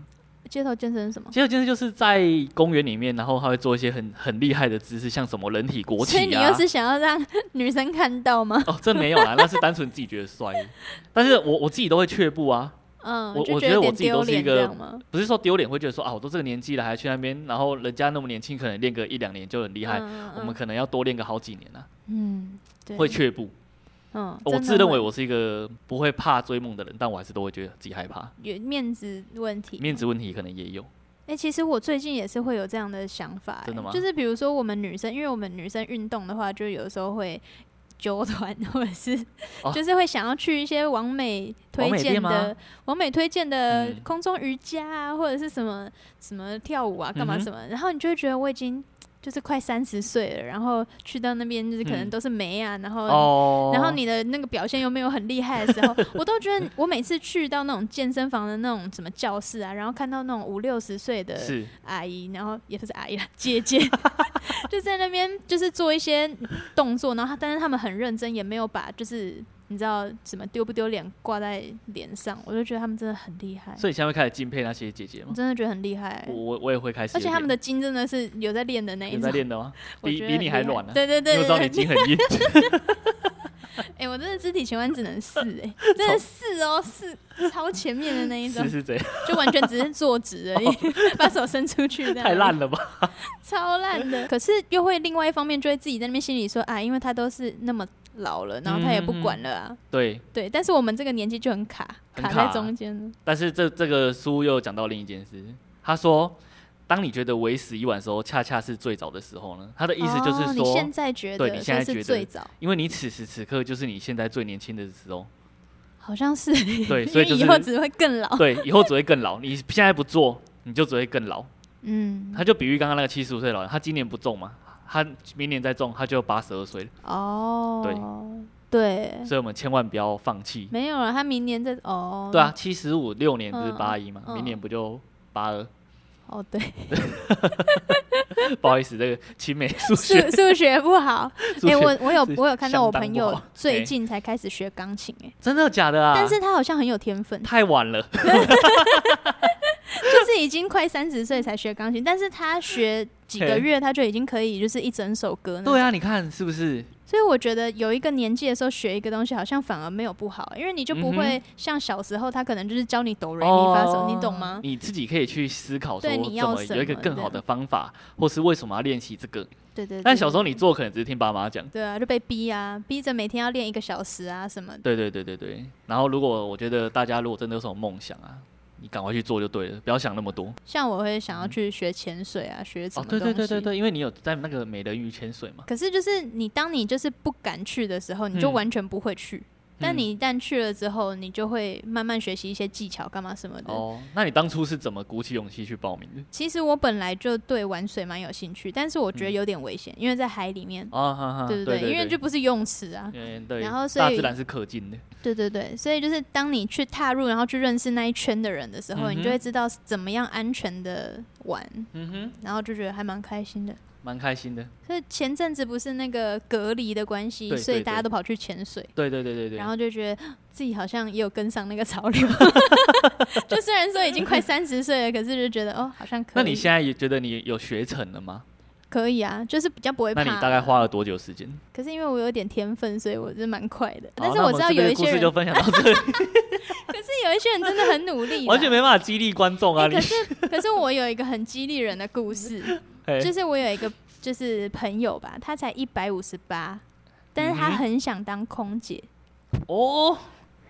Speaker 1: 街头健身是什么？
Speaker 2: 街头健身就是在公园里面，然后他会做一些很很厉害的姿势，像什么人体国旗
Speaker 1: 所以你
Speaker 2: 啊
Speaker 1: 又。是想要让女生看到吗？
Speaker 2: 哦，这没有啦，那是单纯自己觉得帅，但是我我自己都会却步啊，
Speaker 1: 嗯，
Speaker 2: 我
Speaker 1: 就
Speaker 2: 我
Speaker 1: 觉
Speaker 2: 觉得
Speaker 1: 有
Speaker 2: 我
Speaker 1: 点
Speaker 2: 自己
Speaker 1: 丢
Speaker 2: 都是一
Speaker 1: 脸
Speaker 2: 个
Speaker 1: 这样吗？
Speaker 2: 不是说丢脸，会觉得说啊，我都这个年纪了还去那边，然后人家那么年轻，可能练个一两年就很厉害，
Speaker 1: 嗯
Speaker 2: 我们可能要多练个好几年啊，
Speaker 1: 嗯，对，
Speaker 2: 会却步。
Speaker 1: 嗯，
Speaker 2: 我
Speaker 1: 真的
Speaker 2: 自认为
Speaker 1: 会
Speaker 2: 我是一个不会怕追梦的人，但我还是都会觉得自己害怕，
Speaker 1: 有面子问题。
Speaker 2: 面子问题可能也有。
Speaker 1: 哎、其实我最近也是会有这样的想法、
Speaker 2: 真的
Speaker 1: 欸
Speaker 2: 吗
Speaker 1: 就是比如说我们女生，因为我们女生运动的话，就有时候会纠团， 或者是、
Speaker 2: 哦
Speaker 1: 就是会想要去一些完美推
Speaker 2: 完美
Speaker 1: 荐
Speaker 2: 店吗
Speaker 1: 的、完美推荐的
Speaker 2: 嗯
Speaker 1: 空中瑜伽啊，或者是什么什么跳舞啊，干嘛
Speaker 2: 嗯哼
Speaker 1: 什么，然后你就会觉得我已经就是快三十岁了，然后去到那边就是可能
Speaker 2: 嗯
Speaker 1: 都是美啊，然后
Speaker 2: 哦
Speaker 1: 然后你的那个表现又没有很厉害的时候， 我都觉得我每次去到那种健身房的那种什么教室啊，然后看到那种五六十岁的
Speaker 2: 是
Speaker 1: 阿姨，然后也不是阿姨啦，姐姐， 就在那边就是做一些动作，然后她但是他们很认真，也没有把就是你知道什么丢不丢脸挂在脸上，我就觉得他们真的很厉害，
Speaker 2: 所以你现嗯在会开始敬佩那些姐姐
Speaker 1: 我
Speaker 2: 吗？
Speaker 1: 真的觉得很厉害、
Speaker 2: 我我我也会开始
Speaker 1: 而
Speaker 2: 有点，
Speaker 1: 且他们的筋真的是有在练的那一
Speaker 2: 有在
Speaker 1: 种，
Speaker 2: 练的吗？
Speaker 1: 我
Speaker 2: 比
Speaker 1: 觉得
Speaker 2: 比
Speaker 1: 很
Speaker 2: 你
Speaker 1: 厉
Speaker 2: 还
Speaker 1: 害
Speaker 2: 软呢、啊
Speaker 1: 对对
Speaker 2: 因为
Speaker 1: 对
Speaker 2: 我知道
Speaker 1: 对对
Speaker 2: 你筋很硬，
Speaker 1: 哎、我真的肢体前弯只能试 哎、真的是哦，是超前面的那一种
Speaker 2: 是，是这样，
Speaker 1: 就完全只是坐直而已，把手伸出去这样，
Speaker 2: 太烂，了吧？
Speaker 1: 超烂 的。可是又会另外一方面，就会自己在那边心里说啊，因为他都是那么老了，然后他也不管了
Speaker 2: 嗯
Speaker 1: 啊，
Speaker 2: 对，
Speaker 1: 对。但是我们这个年纪就很卡，
Speaker 2: 很
Speaker 1: 卡
Speaker 2: 卡
Speaker 1: 在中间了，
Speaker 2: 但是这这个书又讲到另一件事，他说。当你觉得为时已晚的时候，恰恰是最早的时候呢。他的意思就是
Speaker 1: 哦你
Speaker 2: 说，
Speaker 1: 现在觉
Speaker 2: 对
Speaker 1: 得
Speaker 2: 你
Speaker 1: 这
Speaker 2: 现在觉得
Speaker 1: 是最早，
Speaker 2: 因为你此时此刻就是你现在最年轻的时候，
Speaker 1: 好像是，
Speaker 2: 对，
Speaker 1: 因
Speaker 2: 所
Speaker 1: 为
Speaker 2: 以就是
Speaker 1: 以后只会更老，
Speaker 2: 对，以后只会更老。你现在不做，你就只会更老。
Speaker 1: 嗯，
Speaker 2: 他就比喻刚刚那个七十五岁老人，他今年不中嘛，他明年再中，他就八十二岁了。
Speaker 1: 哦，对，
Speaker 2: 所以我们千万不要放弃。
Speaker 1: 没有了，他明年再哦，
Speaker 2: 对啊，，七十五六年不是
Speaker 1: 嗯
Speaker 2: 八一嘛，
Speaker 1: 嗯
Speaker 2: 明年不就八二？
Speaker 1: 哦对，
Speaker 2: 不好意思，这个青梅数
Speaker 1: 数
Speaker 2: 学，
Speaker 1: 数学不好，
Speaker 2: 数
Speaker 1: 哎、
Speaker 2: 学
Speaker 1: 我我有
Speaker 2: 是
Speaker 1: 我有看到
Speaker 2: 相
Speaker 1: 我
Speaker 2: 当
Speaker 1: 朋
Speaker 2: 不
Speaker 1: 友
Speaker 2: 好
Speaker 1: 最
Speaker 2: 哎
Speaker 1: 近才开始学钢琴、哎、
Speaker 2: 真的假的啊？
Speaker 1: 但是嗯他好像很有天分，
Speaker 2: 太晚了，
Speaker 1: 就是已经快三十岁才学钢琴，但是他学几个
Speaker 2: 嘿
Speaker 1: 月他就已经可以就是一整首歌那种。
Speaker 2: 啊对啊，你看是不是？
Speaker 1: 所以我觉得有一个年纪的时候学一个东西，好像反而没有不好，因为你就
Speaker 2: 嗯
Speaker 1: 不会像小时候他可能就是教你哆来咪发嗦，你懂吗？
Speaker 2: 哦你自己可以去思考说
Speaker 1: 对
Speaker 2: 怎
Speaker 1: 你要
Speaker 2: 么
Speaker 1: 什
Speaker 2: 有一个
Speaker 1: 么
Speaker 2: 更好
Speaker 1: 这
Speaker 2: 的方法，或是为什么要练习这个。
Speaker 1: 对对对。
Speaker 2: 但小时候你做可能只是听爸妈讲。
Speaker 1: 对啊，就被逼啊，逼着每天要练一个小时啊什么的。
Speaker 2: 对对对对对。然后如果我觉得大家如果真的有什么梦想啊，你赶快去做就对了，不要想那么多。
Speaker 1: 像我会想要
Speaker 2: 嗯
Speaker 1: 去学潜水啊，学什
Speaker 2: 哦，
Speaker 1: 么东
Speaker 2: 对
Speaker 1: 西。
Speaker 2: 对对对对，因为你有在那个美人鱼潜水嘛。
Speaker 1: 可是就是你当你就是不敢去的时候，你就
Speaker 2: 嗯
Speaker 1: 完全不会去。但
Speaker 2: 嗯
Speaker 1: 你一旦去了之后，你就会慢慢学习一些技巧，干嘛什么的。
Speaker 2: 哦，那你当初是怎么鼓起勇气去报名的？
Speaker 1: 其实我本来就对玩水蛮有兴趣，但是我觉得
Speaker 2: 嗯
Speaker 1: 有点危险，因为在海里面，
Speaker 2: 啊哈哈，
Speaker 1: 对不
Speaker 2: 对，
Speaker 1: 因为就不是游泳池啊，
Speaker 2: 嗯对，
Speaker 1: 然后所
Speaker 2: 大
Speaker 1: 以
Speaker 2: 自然是可敬的，
Speaker 1: 对对对，所以就是当你去踏入，然后去认识那一圈的人的时候，
Speaker 2: 嗯哼
Speaker 1: 你就会知道怎么样安全的玩，
Speaker 2: 嗯哼，
Speaker 1: 然后就觉得还蛮开心的。
Speaker 2: 蛮开心的。
Speaker 1: 所以前阵子不是那个隔离的关系，
Speaker 2: 对
Speaker 1: 所以
Speaker 2: 对
Speaker 1: 大家
Speaker 2: 对
Speaker 1: 都跑去潜水，
Speaker 2: 对对对对对。
Speaker 1: 然后就觉得自己好像也有跟上那个潮流， 就虽然说已经 快三十岁了，可是就觉得哦，好像可以。
Speaker 2: 那你现在也觉得你有学成了吗？
Speaker 1: 可以啊，就是比较不会怕
Speaker 2: 那
Speaker 1: 啊。
Speaker 2: 你大概花了多久时间？
Speaker 1: 可是因为我有点天分，所以我是蛮快的。但
Speaker 2: 好
Speaker 1: 是
Speaker 2: 那
Speaker 1: 知
Speaker 2: 们
Speaker 1: 道
Speaker 2: 这边
Speaker 1: 有
Speaker 2: 的
Speaker 1: 一
Speaker 2: 故
Speaker 1: 些
Speaker 2: 事
Speaker 1: 人，
Speaker 2: 就分享到 这里，
Speaker 1: 可是有一些人真的很努力啦，
Speaker 2: 完全没办法激励观众啊！
Speaker 1: 欸
Speaker 2: 你
Speaker 1: 可是可是我有一个很激励人的故 事，
Speaker 2: 嘿
Speaker 1: 就是我有一个就是朋友吧，他才一百五十八，但是他
Speaker 2: 嗯哼
Speaker 1: 很想当空姐，
Speaker 2: 哦，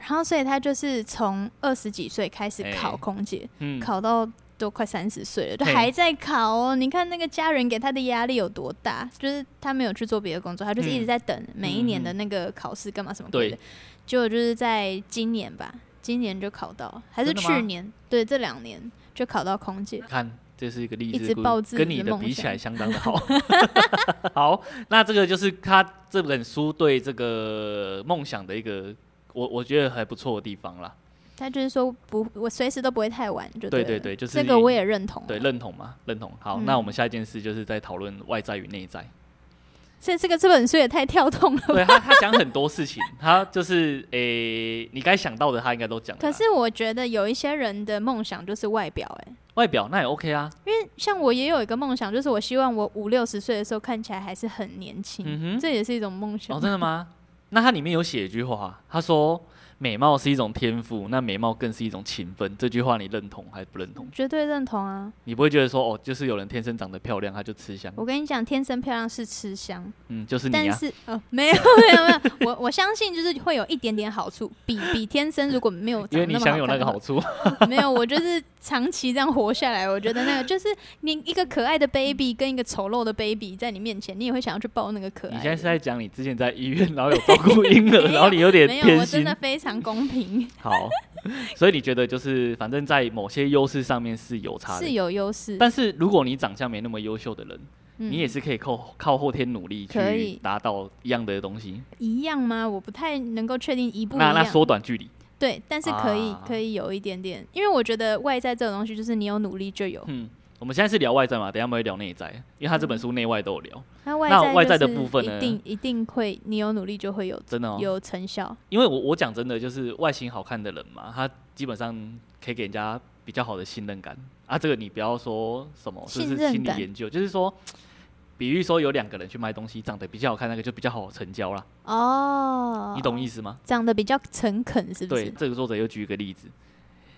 Speaker 1: 然后所以他就是从二十几岁开始考
Speaker 2: 哎
Speaker 1: 空姐，
Speaker 2: 嗯，
Speaker 1: 考到。都快三十岁了，都
Speaker 2: 嘿
Speaker 1: 还在考哦。你看那个家人给他的压力有多大？就是他没有去做别的工作，他就是一直
Speaker 2: 嗯
Speaker 1: 在等每一年的
Speaker 2: 嗯
Speaker 1: 那个考试干嘛什么鬼
Speaker 2: 对
Speaker 1: 的。结果就是在今年吧，今年就考到，还是
Speaker 2: 真的吗
Speaker 1: 去年？对，这两年就考到空姐。
Speaker 2: 看，这是一个励
Speaker 1: 一
Speaker 2: 志
Speaker 1: 直
Speaker 2: 的故事
Speaker 1: 抱自己
Speaker 2: 跟你
Speaker 1: 的
Speaker 2: 的
Speaker 1: 梦
Speaker 2: 比起
Speaker 1: 想
Speaker 2: 来相当的好。 好，那这个就是他这本书对这个梦想的一个，我我觉得还不错的地方啦。
Speaker 1: 他就是说不，我随时都不会太晚，就
Speaker 2: 对
Speaker 1: 对
Speaker 2: 对
Speaker 1: 了，
Speaker 2: 对，就是
Speaker 1: 这个我也认同啊。
Speaker 2: 对认同嘛，认同。好，
Speaker 1: 嗯
Speaker 2: 那我们下一件事就是在讨论外在与内在。
Speaker 1: 这这个这本书也太跳动了 吧。
Speaker 2: 对他，他讲很多事情，他就是诶、你该想到的他应该都讲了啦。
Speaker 1: 可是我觉得有一些人的梦想就是外表、欸，
Speaker 2: 外表那也 OK 啊，
Speaker 1: 像我也有一个梦想，就是我希望我五六十岁的时候看起来还是很年轻，
Speaker 2: 嗯哼
Speaker 1: 这也是一种梦想。
Speaker 2: 哦，真的吗？ 那它里面有写一句话，他说：“美貌是一种天赋，那美貌更是一种勤奋。”这句话你认同还是不认同？
Speaker 1: 绝对认同啊！
Speaker 2: 你不会觉得说哦，就是有人天生长得漂亮，他就吃香，
Speaker 1: 我跟你讲，天生漂亮是吃香，
Speaker 2: 嗯，就是你
Speaker 1: 哦但
Speaker 2: 啊，
Speaker 1: 是呃，没有没有没有，我我相信就是会有一点点好处，比比天生如果没有
Speaker 2: 因
Speaker 1: 长得
Speaker 2: 为你
Speaker 1: 那么
Speaker 2: 享有
Speaker 1: 好看
Speaker 2: 那
Speaker 1: 的
Speaker 2: 个
Speaker 1: 话
Speaker 2: 好处。
Speaker 1: 没有，我就是长期这样活下来，我觉得那个就是你一个可爱的 baby 跟一个丑陋的 baby 在你面前，你也会想要去抱那个可爱
Speaker 2: 你
Speaker 1: 的。
Speaker 2: 现在是在讲你之前在医院，然后有照顾 婴儿，然后你有点
Speaker 1: 没有，
Speaker 2: 偏
Speaker 1: 我真
Speaker 2: 心
Speaker 1: 的。非常公平，
Speaker 2: 好，所以你觉得就是反正在某些优势上面是有差
Speaker 1: 是
Speaker 2: 的，
Speaker 1: 有优势。
Speaker 2: 但是如果你长相没那么优秀的人，
Speaker 1: 嗯
Speaker 2: 你也是可以靠靠后天努力
Speaker 1: 可
Speaker 2: 去
Speaker 1: 以
Speaker 2: 达到一样的东西。
Speaker 1: 一样吗？我不太能够确定一不一
Speaker 2: 那
Speaker 1: 样。
Speaker 2: 那缩短距离，
Speaker 1: 对，但是可以、
Speaker 2: 啊
Speaker 1: 可以有一点点，因为我觉得外在这种东西就是你有努力就有。
Speaker 2: 嗯，我们现在是聊外在嘛，等一下我们会聊内在，因为他这
Speaker 1: 嗯
Speaker 2: 本书内外都有聊，
Speaker 1: 那外
Speaker 2: 那
Speaker 1: 在
Speaker 2: 外在
Speaker 1: 就
Speaker 2: 的
Speaker 1: 是
Speaker 2: 部分
Speaker 1: 一
Speaker 2: 呢
Speaker 1: 定一定会，你有努力就会有
Speaker 2: 真的哦。
Speaker 1: 有成效。
Speaker 2: 因为我我讲真的，就是外形好看的人嘛，他基本上可以给人家比较好的信任感啊。这个你不要说什么，就
Speaker 1: 信
Speaker 2: 是
Speaker 1: 任
Speaker 2: 心理
Speaker 1: 感
Speaker 2: 研究，就是说，比喻说有两个人去卖东西，长得比较好看，那个就比较好成交啦。
Speaker 1: 哦，
Speaker 2: 你懂意思吗？
Speaker 1: 长得比较诚恳是不
Speaker 2: 对，
Speaker 1: 是？
Speaker 2: 这个作者又举一个例子，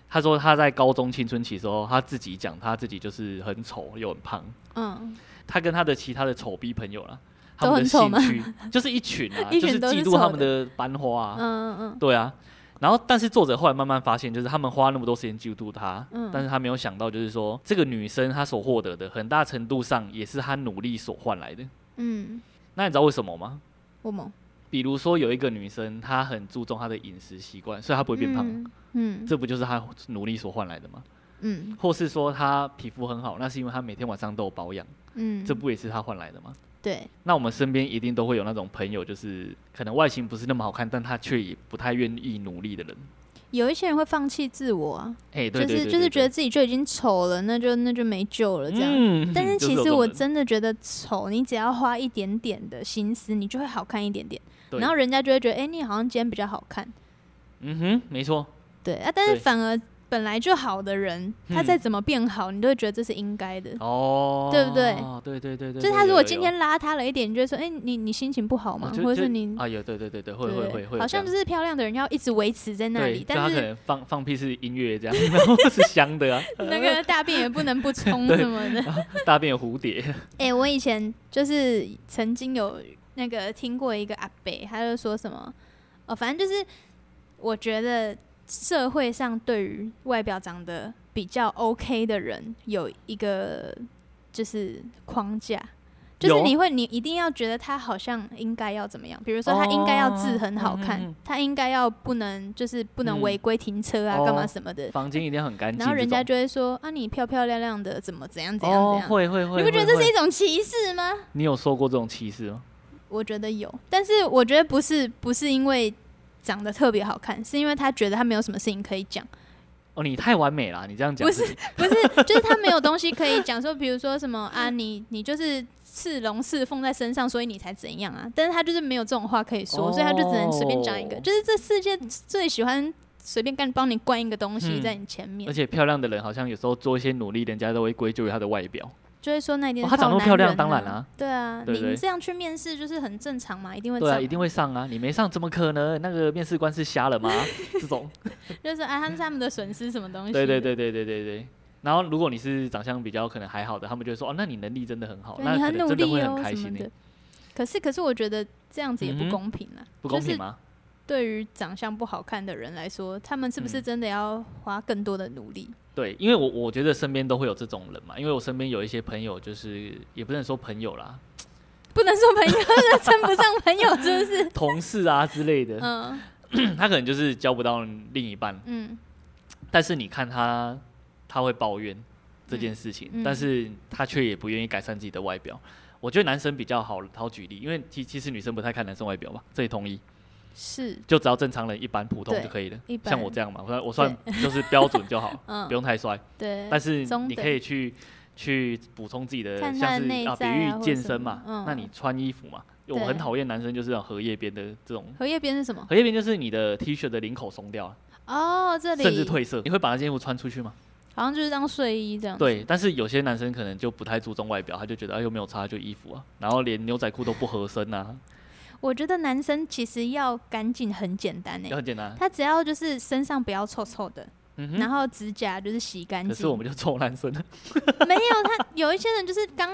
Speaker 2: 他说他在高中青春期的时候，他自己讲他自己就是很丑又很胖，
Speaker 1: 嗯，
Speaker 2: 他跟他的其他的丑逼朋友啦，他
Speaker 1: 都
Speaker 2: 们
Speaker 1: 很
Speaker 2: 的
Speaker 1: 丑
Speaker 2: 兴
Speaker 1: 吗
Speaker 2: 趣就是一群 啊，
Speaker 1: 一
Speaker 2: 就
Speaker 1: 群
Speaker 2: 是
Speaker 1: 都是
Speaker 2: 嫉妒他
Speaker 1: 丑
Speaker 2: 们的班花啊，
Speaker 1: 嗯嗯嗯，
Speaker 2: 对啊，然后但是作者后来慢慢发现，就是他们花那么多时间嫉妒她，
Speaker 1: 嗯
Speaker 2: 但是他没有想到，就是说这个女生她所获得的，很大程度上也是她努力所换来的。
Speaker 1: 嗯，
Speaker 2: 那你知道为什么吗？
Speaker 1: 我们
Speaker 2: 比如说有一个女生，她很注重她的饮食习惯，所以她不会变胖，
Speaker 1: 嗯。嗯
Speaker 2: 这不就是她努力所换来的吗？
Speaker 1: 嗯
Speaker 2: 或是说她皮肤很好，那是因为她每天晚上都有保养，
Speaker 1: 嗯，
Speaker 2: 这不也是她换来的吗？
Speaker 1: 对
Speaker 2: 那我们身边一定都会有那种朋友，就是可能外形不是那么好看，但她却也不太愿意努力的人。
Speaker 1: 有一些人会放弃自我啊，
Speaker 2: 哎、对
Speaker 1: 就
Speaker 2: 对对
Speaker 1: 是就是
Speaker 2: 对
Speaker 1: 觉得自己就已经丑了，那就那就没救了这样。
Speaker 2: 嗯
Speaker 1: 但是
Speaker 2: 就
Speaker 1: 其
Speaker 2: 有
Speaker 1: 实
Speaker 2: 这种
Speaker 1: 我
Speaker 2: 人
Speaker 1: 真的觉得丑，你只要花一点点的心思，你就会好看一点点，
Speaker 2: 对
Speaker 1: 然后人家就会觉得，哎、你好像今天比较好看，
Speaker 2: 嗯哼，没错，
Speaker 1: 对啊。但是
Speaker 2: 对
Speaker 1: 反而本来就好的人，他
Speaker 2: 嗯
Speaker 1: 再怎么变好，你都会觉得这是应该的。
Speaker 2: 哦，
Speaker 1: 对不对？
Speaker 2: 对对对对，
Speaker 1: 就是
Speaker 2: 对
Speaker 1: 他如
Speaker 2: 有
Speaker 1: 果
Speaker 2: 有
Speaker 1: 今
Speaker 2: 有
Speaker 1: 天邋遢了一点，你就会说，哎、你你心情不好
Speaker 2: 哦
Speaker 1: 吗？
Speaker 2: 就
Speaker 1: 或者
Speaker 2: 就是
Speaker 1: 你
Speaker 2: 啊，有对对对对，会
Speaker 1: 对
Speaker 2: 会会会，
Speaker 1: 好像
Speaker 2: 这
Speaker 1: 就
Speaker 2: 样
Speaker 1: 是漂亮的人要一直维持在那
Speaker 2: 对
Speaker 1: 里，
Speaker 2: 就他
Speaker 1: 但
Speaker 2: 可
Speaker 1: 是
Speaker 2: 能放放屁是音乐这样，然后是香的啊，
Speaker 1: 那个大便也不能不冲 什么的。
Speaker 2: 大便有蝴蝶，
Speaker 1: 哎、我以前就是曾经有那个听过一个阿伯，他就说什么，哦，反正就是我觉得社会上对于外表长得比较 OK 的人有一个就是框架。就是
Speaker 2: 有
Speaker 1: 你会，你一定要觉得他好像应该要怎么样，比如说他应该要字很好看，
Speaker 2: 哦嗯嗯嗯
Speaker 1: 他应该要不能就是不能
Speaker 2: 嗯
Speaker 1: 违规停车啊，
Speaker 2: 哦
Speaker 1: 干、嘛什么的。
Speaker 2: 房间一定要很干净这种。
Speaker 1: 然后人家就会说啊，你漂漂亮亮的，怎么怎样怎样怎
Speaker 2: 哦
Speaker 1: 样，，
Speaker 2: 会会会，
Speaker 1: 你不觉得
Speaker 2: 会
Speaker 1: 这是一种歧视吗？
Speaker 2: 你有受过这种歧视吗？
Speaker 1: 我觉得有，但是我觉得不是不是因为长得特别好看，是因为他觉得他没有什么事情可以讲，
Speaker 2: 哦，你太完美了，你这样讲
Speaker 1: 不是不是，就是他没有东西可以讲，说比如说什么啊，你你就是刺龙刺凤在身上，所以你才怎样啊？但是他就是没有这种话可以说，所以他就只能随便讲一个，
Speaker 2: 哦
Speaker 1: 就是这世界最喜欢随便干帮你灌一个东西
Speaker 2: 嗯
Speaker 1: 在你前面，
Speaker 2: 而且漂亮的人好像有时候做一些努力，人家都会归咎于她的外表。
Speaker 1: 就会说那一定
Speaker 2: 哦
Speaker 1: 是
Speaker 2: 她长那么
Speaker 1: 靠男
Speaker 2: 漂亮
Speaker 1: 人
Speaker 2: 当然
Speaker 1: 啊
Speaker 2: 啊，
Speaker 1: 对啊，
Speaker 2: 对不
Speaker 1: 你
Speaker 2: 对
Speaker 1: 这样去面试就是很正常嘛，一定会
Speaker 2: 对啊，
Speaker 1: 长
Speaker 2: 一定会上啊！你没上怎么可能？那个面试官是瞎 了吗？这种，
Speaker 1: 就是啊，他们他们的损失什么东西，
Speaker 2: 对对。对对对对对。然后如果你是长相比较可能还好的，他们就会说哦，那你能力真的很好，
Speaker 1: 对
Speaker 2: 那
Speaker 1: 你
Speaker 2: 可
Speaker 1: 很
Speaker 2: 能
Speaker 1: 努
Speaker 2: 真的
Speaker 1: 力
Speaker 2: 会
Speaker 1: 哦
Speaker 2: 很开
Speaker 1: 什
Speaker 2: 心
Speaker 1: 么
Speaker 2: 欸
Speaker 1: 的。可是，可是我觉得这样子也不
Speaker 2: 嗯哼
Speaker 1: 公平啊，
Speaker 2: 不公
Speaker 1: 就
Speaker 2: 平
Speaker 1: 是
Speaker 2: 吗？
Speaker 1: 对于长相不好看的人来说，他们是不是
Speaker 2: 嗯
Speaker 1: 真的要花更多的努力？
Speaker 2: 对，因为我我觉得身边都会有这种人嘛，因为我身边有一些朋友，就是也不能说朋友啦，
Speaker 1: 不能说朋友， 那称不上朋友，是不是？
Speaker 2: 同事啊之类的，
Speaker 1: 嗯
Speaker 2: 他可能就是交不到另一半，
Speaker 1: 嗯
Speaker 2: 但是你看他，他会抱怨这件事情，
Speaker 1: 嗯嗯
Speaker 2: 但是他却也不愿意改善自己的外表。我觉得男生比较好好举例，因为其其实女生不太看男生外表吧，这里同意，
Speaker 1: 是
Speaker 2: 就只要正常人一般普通
Speaker 1: 对
Speaker 2: 就可以了
Speaker 1: 一。般，
Speaker 2: 像我这样嘛，我算我算就是标准就好
Speaker 1: 嗯
Speaker 2: 不，用太帅。
Speaker 1: 对，
Speaker 2: 但是
Speaker 1: 中
Speaker 2: 你
Speaker 1: 等
Speaker 2: 可以去去补充自己的，
Speaker 1: 看他
Speaker 2: 像
Speaker 1: 的内
Speaker 2: 是啊，比
Speaker 1: 在啊
Speaker 2: 喻
Speaker 1: 或
Speaker 2: 健
Speaker 1: 什
Speaker 2: 身
Speaker 1: 么
Speaker 2: 嘛，
Speaker 1: 嗯
Speaker 2: 那你穿衣服嘛，我
Speaker 1: 对
Speaker 2: 很讨厌男生就是那种荷叶边的这种，
Speaker 1: 荷叶边是什么？
Speaker 2: 荷叶边就是你的 T 恤的领口松掉啊，
Speaker 1: 哦，这里
Speaker 2: 甚至褪色，你会把那件衣服穿出去吗？
Speaker 1: 好像就是当睡衣这样。，
Speaker 2: 对，但是有些男生可能就不太注重外表，他就觉得哎又没有差就衣服啊，然后连牛仔裤都不合身啊，
Speaker 1: 我觉得男生其实要干净很简单诶、
Speaker 2: 也很简单。
Speaker 1: 他只要就是身上不要臭臭的，
Speaker 2: 嗯
Speaker 1: 然
Speaker 2: 哼，
Speaker 1: 后指甲就是洗干净。
Speaker 2: 可是我们就臭男生，
Speaker 1: 没有，他有一些人就是刚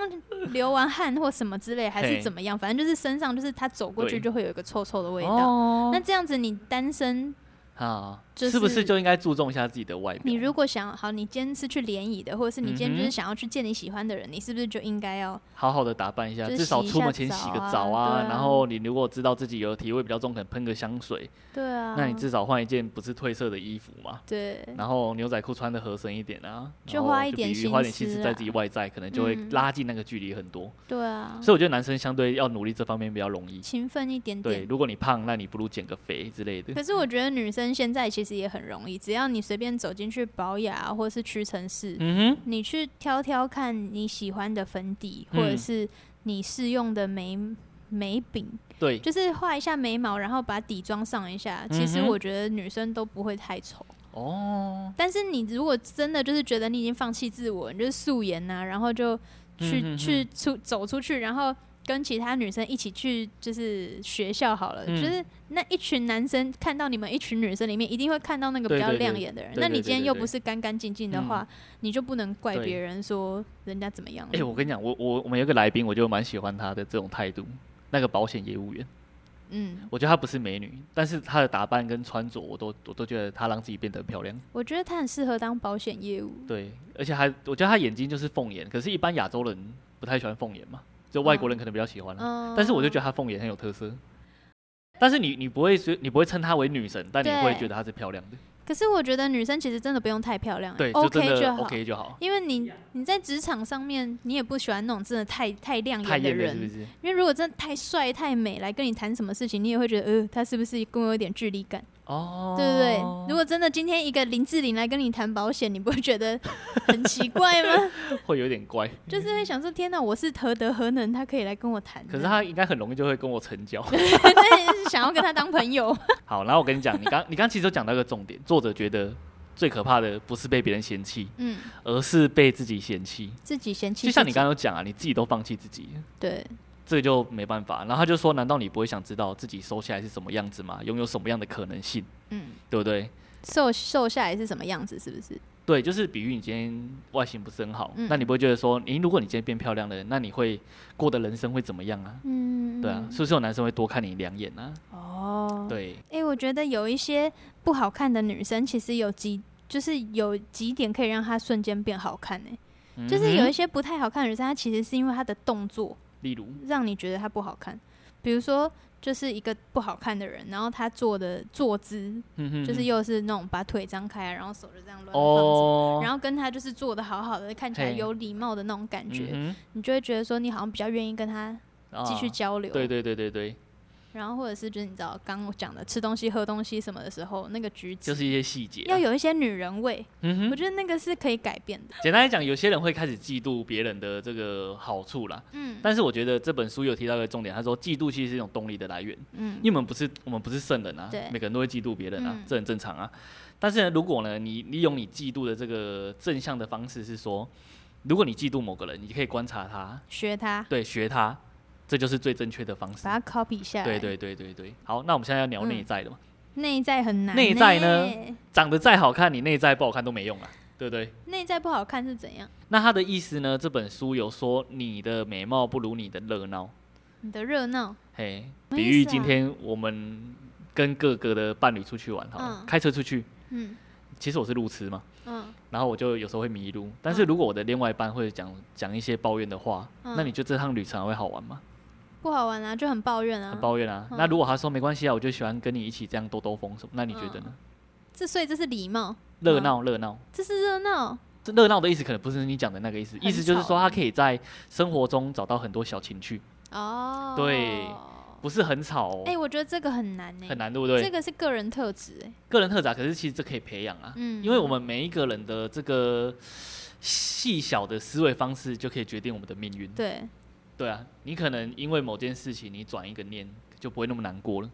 Speaker 1: 流完汗或什么之类，还是
Speaker 2: 嘿
Speaker 1: 怎么样，反正就是身上就是他走过去
Speaker 2: 对
Speaker 1: 就会有一个臭臭的味道。
Speaker 2: 哦
Speaker 1: 那这样子，你单身，
Speaker 2: 啊，
Speaker 1: 就是
Speaker 2: 不是就应该注重一下自己的外表？
Speaker 1: 你如果想好，你今天是去联谊的，或者是你今天就
Speaker 2: 嗯
Speaker 1: 是
Speaker 2: 哼
Speaker 1: 想要去见你喜欢的人，你是不是就应该要
Speaker 2: 好好的打扮一下，
Speaker 1: 就是
Speaker 2: 至少
Speaker 1: 洗一
Speaker 2: 出
Speaker 1: 下
Speaker 2: 门前洗个
Speaker 1: 澡
Speaker 2: 澡
Speaker 1: 啊
Speaker 2: 啊，
Speaker 1: 对啊
Speaker 2: 然后你如果知道自己有体味比较重，可能喷个香水，
Speaker 1: 对啊？
Speaker 2: 那你至少换一件不是褪色的衣服嘛。
Speaker 1: 对
Speaker 2: 然后牛仔裤穿的合身一点啊，
Speaker 1: 就
Speaker 2: 然后
Speaker 1: 花一
Speaker 2: 比
Speaker 1: 点
Speaker 2: 喻
Speaker 1: 心
Speaker 2: 花点心
Speaker 1: 思
Speaker 2: 思
Speaker 1: 啊
Speaker 2: 在自己外在，可能就会
Speaker 1: 嗯
Speaker 2: 拉近那个距离很多。
Speaker 1: 对啊，
Speaker 2: 所以我觉得男生相对要努力这方面比较容易。
Speaker 1: 勤奋一点
Speaker 2: 对，
Speaker 1: 点。
Speaker 2: 如果你胖，那你不如减个肥之类的。
Speaker 1: 可是我觉得女生现在其实也很容易，只要你随便走进去保雅或是屈臣氏，
Speaker 2: 嗯哼，
Speaker 1: 你去挑挑看你喜欢的粉底，或者
Speaker 2: 嗯
Speaker 1: 是你试用的眉眉饼，
Speaker 2: 对，
Speaker 1: 就是画一下眉毛，然后把底妆上一下。其实
Speaker 2: 嗯哼
Speaker 1: 我觉得女生都不会太丑，
Speaker 2: 哦，
Speaker 1: 但是你如果真的就是觉得你已经放弃自我，你就是素颜呐、然后就去、
Speaker 2: 嗯哼哼
Speaker 1: 去出走出去，然后。跟其他女生一起去，就是学校好了，
Speaker 2: 嗯
Speaker 1: 就是那一群男生看到你们一群女生里面，一定会看到那个比较
Speaker 2: 对对对
Speaker 1: 亮眼的人。
Speaker 2: 对
Speaker 1: 那
Speaker 2: 对
Speaker 1: 你今天
Speaker 2: 对对
Speaker 1: 又
Speaker 2: 对嗯
Speaker 1: 不是干干净净的话，你就不能怪
Speaker 2: 对
Speaker 1: 别人说人家怎么样了。
Speaker 2: 哎、我跟你讲，我我我们有个来宾，我就蛮喜欢他的这种态度。那个保险业务员，
Speaker 1: 嗯，
Speaker 2: 我觉得她不是美女，但是她的打扮跟穿着，我都我都觉得她让自己变得很漂亮。
Speaker 1: 我觉得他很适合当保险业务。
Speaker 2: 对，而且还我觉得她眼睛就是凤眼，可是一般亚洲人不太喜欢凤眼嘛，就外国人可能比较喜欢、啊。
Speaker 1: 嗯，
Speaker 2: 但是我就觉得她凤眼很有特色。但是你你不会觉你不会称她为女神，但你
Speaker 1: 对
Speaker 2: 会觉得她是漂亮的，
Speaker 1: 可是我觉得女生其实真的不用太漂亮、欸，
Speaker 2: 对，就真
Speaker 1: OK
Speaker 2: 的
Speaker 1: 好。
Speaker 2: OK 就好，
Speaker 1: 因为你你在职场上面，你也不喜欢那种真的太太亮
Speaker 2: 太
Speaker 1: 眼的
Speaker 2: 艳了
Speaker 1: 人，
Speaker 2: 是不是？
Speaker 1: 因为如果真的太帅太美来跟你谈什么事情，你也会觉得呃，他是不是跟我有点距离感，
Speaker 2: 哦，
Speaker 1: 对不对？如果真的今天一个林志玲来跟你谈保险，你不会觉得很奇怪 吗？
Speaker 2: 哦会有点乖，
Speaker 1: 就是会想说，天哪，我是何德何能，他可以来跟我谈？
Speaker 2: 可是他应该很容易就会跟我成 交。
Speaker 1: 但是想要跟他当朋友，
Speaker 2: 好，然后我跟你讲，你刚你刚其实有讲到一个重点，作者觉得最可怕的不是被别人嫌弃，
Speaker 1: 嗯，
Speaker 2: 而是被自己嫌弃。
Speaker 1: 自己嫌弃自己，
Speaker 2: 就像你刚刚有讲啊，你自己都放弃自己，
Speaker 1: 对，
Speaker 2: 这个就没办法。然后他就说：“难道你不会想知道自己收下来是什么样子吗？拥有什么样的可能性，
Speaker 1: 嗯，
Speaker 2: 对不对？”
Speaker 1: 瘦瘦下来是什么样子？是不是？
Speaker 2: 对，就是比喻你今天外形不是很好，
Speaker 1: 嗯
Speaker 2: 那你不会觉得说，诶，如果你今天变漂亮了，那你会过的人生会怎么样啊？
Speaker 1: 嗯
Speaker 2: 对啊，，是不是有男生会多看你两眼啊？
Speaker 1: 哦，
Speaker 2: 对，
Speaker 1: 哎、我觉得有一些不好看的女生，其实有几就是有几点可以让她瞬间变好看呢、
Speaker 2: 嗯
Speaker 1: 就是有一
Speaker 2: 些，
Speaker 1: 些不太好看的女生，她其实是因为她的动作
Speaker 2: 例如，
Speaker 1: 让你觉得她不好看。比如说，就是一个不好看的人，然后她做的坐姿
Speaker 2: 嗯哼
Speaker 1: 就是
Speaker 2: 哼
Speaker 1: 又是那种把腿张开啊，然后手就这样乱放着，
Speaker 2: 哦，
Speaker 1: 然后跟她就是做的好好的，看起来
Speaker 2: 嘿
Speaker 1: 有礼貌的那种感觉，
Speaker 2: 嗯
Speaker 1: 你就会觉得说你好像比较愿意跟她
Speaker 2: 哼
Speaker 1: 继续
Speaker 2: 啊
Speaker 1: 交流。
Speaker 2: 对对对对对，
Speaker 1: 然后或者是就是你知道刚刚我讲的吃东西喝东西什么的时候，那个举止
Speaker 2: 就是一些细节啊。
Speaker 1: 要有一些女人味，
Speaker 2: 嗯
Speaker 1: 我
Speaker 2: 哼，
Speaker 1: 觉得那个是可以改变的。
Speaker 2: 简单来讲，有些人会开始嫉妒别人的这个好处啦。
Speaker 1: 嗯
Speaker 2: 但是我觉得这本书有提到一个重点，他说嫉妒其实是一种动力的来源，
Speaker 1: 嗯
Speaker 2: 因为我们不是我们不是圣人啊
Speaker 1: 对，
Speaker 2: 每个人都会嫉妒别人啊，
Speaker 1: 嗯
Speaker 2: 这很正常啊。但是呢，如果呢，你利用你嫉妒的这个正向的方式是说，如果你嫉妒某个人，你可以观察他，
Speaker 1: 学他，
Speaker 2: 对，学他，这就是最正确的方式。
Speaker 1: 把它 copy 下来。
Speaker 2: 对，对对对对，好，那我们现在要聊内在的嘛，
Speaker 1: 内在很难。
Speaker 2: 内在呢？长得再好看，你内在不好看都没用啊，对不对？
Speaker 1: 内在不好看是怎样？
Speaker 2: 那他的意思呢？这本书有说你的美貌不如你的热闹，
Speaker 1: 你的热闹，
Speaker 2: 嘿，
Speaker 1: 什么
Speaker 2: 比
Speaker 1: 意
Speaker 2: 喻
Speaker 1: 思啊
Speaker 2: 今天我们跟各个的伴侣出去玩好了，
Speaker 1: 嗯
Speaker 2: 开车出去，
Speaker 1: 嗯
Speaker 2: 其实我是路痴嘛，
Speaker 1: 嗯
Speaker 2: 然后我就有时候会迷路，但是如果我的另外一半会讲讲一些抱怨的话，
Speaker 1: 嗯
Speaker 2: 那你觉得这趟旅程还会好玩吗？
Speaker 1: 不好玩啊，就很抱怨啊
Speaker 2: 很。抱怨啊。
Speaker 1: 嗯
Speaker 2: 那如果他说没关系啊，我就喜欢跟你一起这样兜兜风什么，那你觉得
Speaker 1: 嗯
Speaker 2: 呢？
Speaker 1: 这所以这是礼貌，
Speaker 2: 热闹热闹。
Speaker 1: 这是热闹。
Speaker 2: 这热闹的意思可能不是你讲的那个意思，
Speaker 1: 很
Speaker 2: 意思就是说
Speaker 1: 吵
Speaker 2: 他可以在生活中找到很多小情趣，
Speaker 1: 哦，
Speaker 2: 对不是很吵、哦，
Speaker 1: 哎、我觉得这个很难呢、
Speaker 2: 很难，对不
Speaker 1: 这
Speaker 2: 对？
Speaker 1: 个是个人特质哎、
Speaker 2: 个人特啊长，可是其实这可以培养啊，
Speaker 1: 嗯，
Speaker 2: 因为我们每一个人的这个细小的思维方式，就可以决定我们的命运。
Speaker 1: 对，
Speaker 2: 对啊，你可能因为某件事情，你转一个念，就不会那么难过了。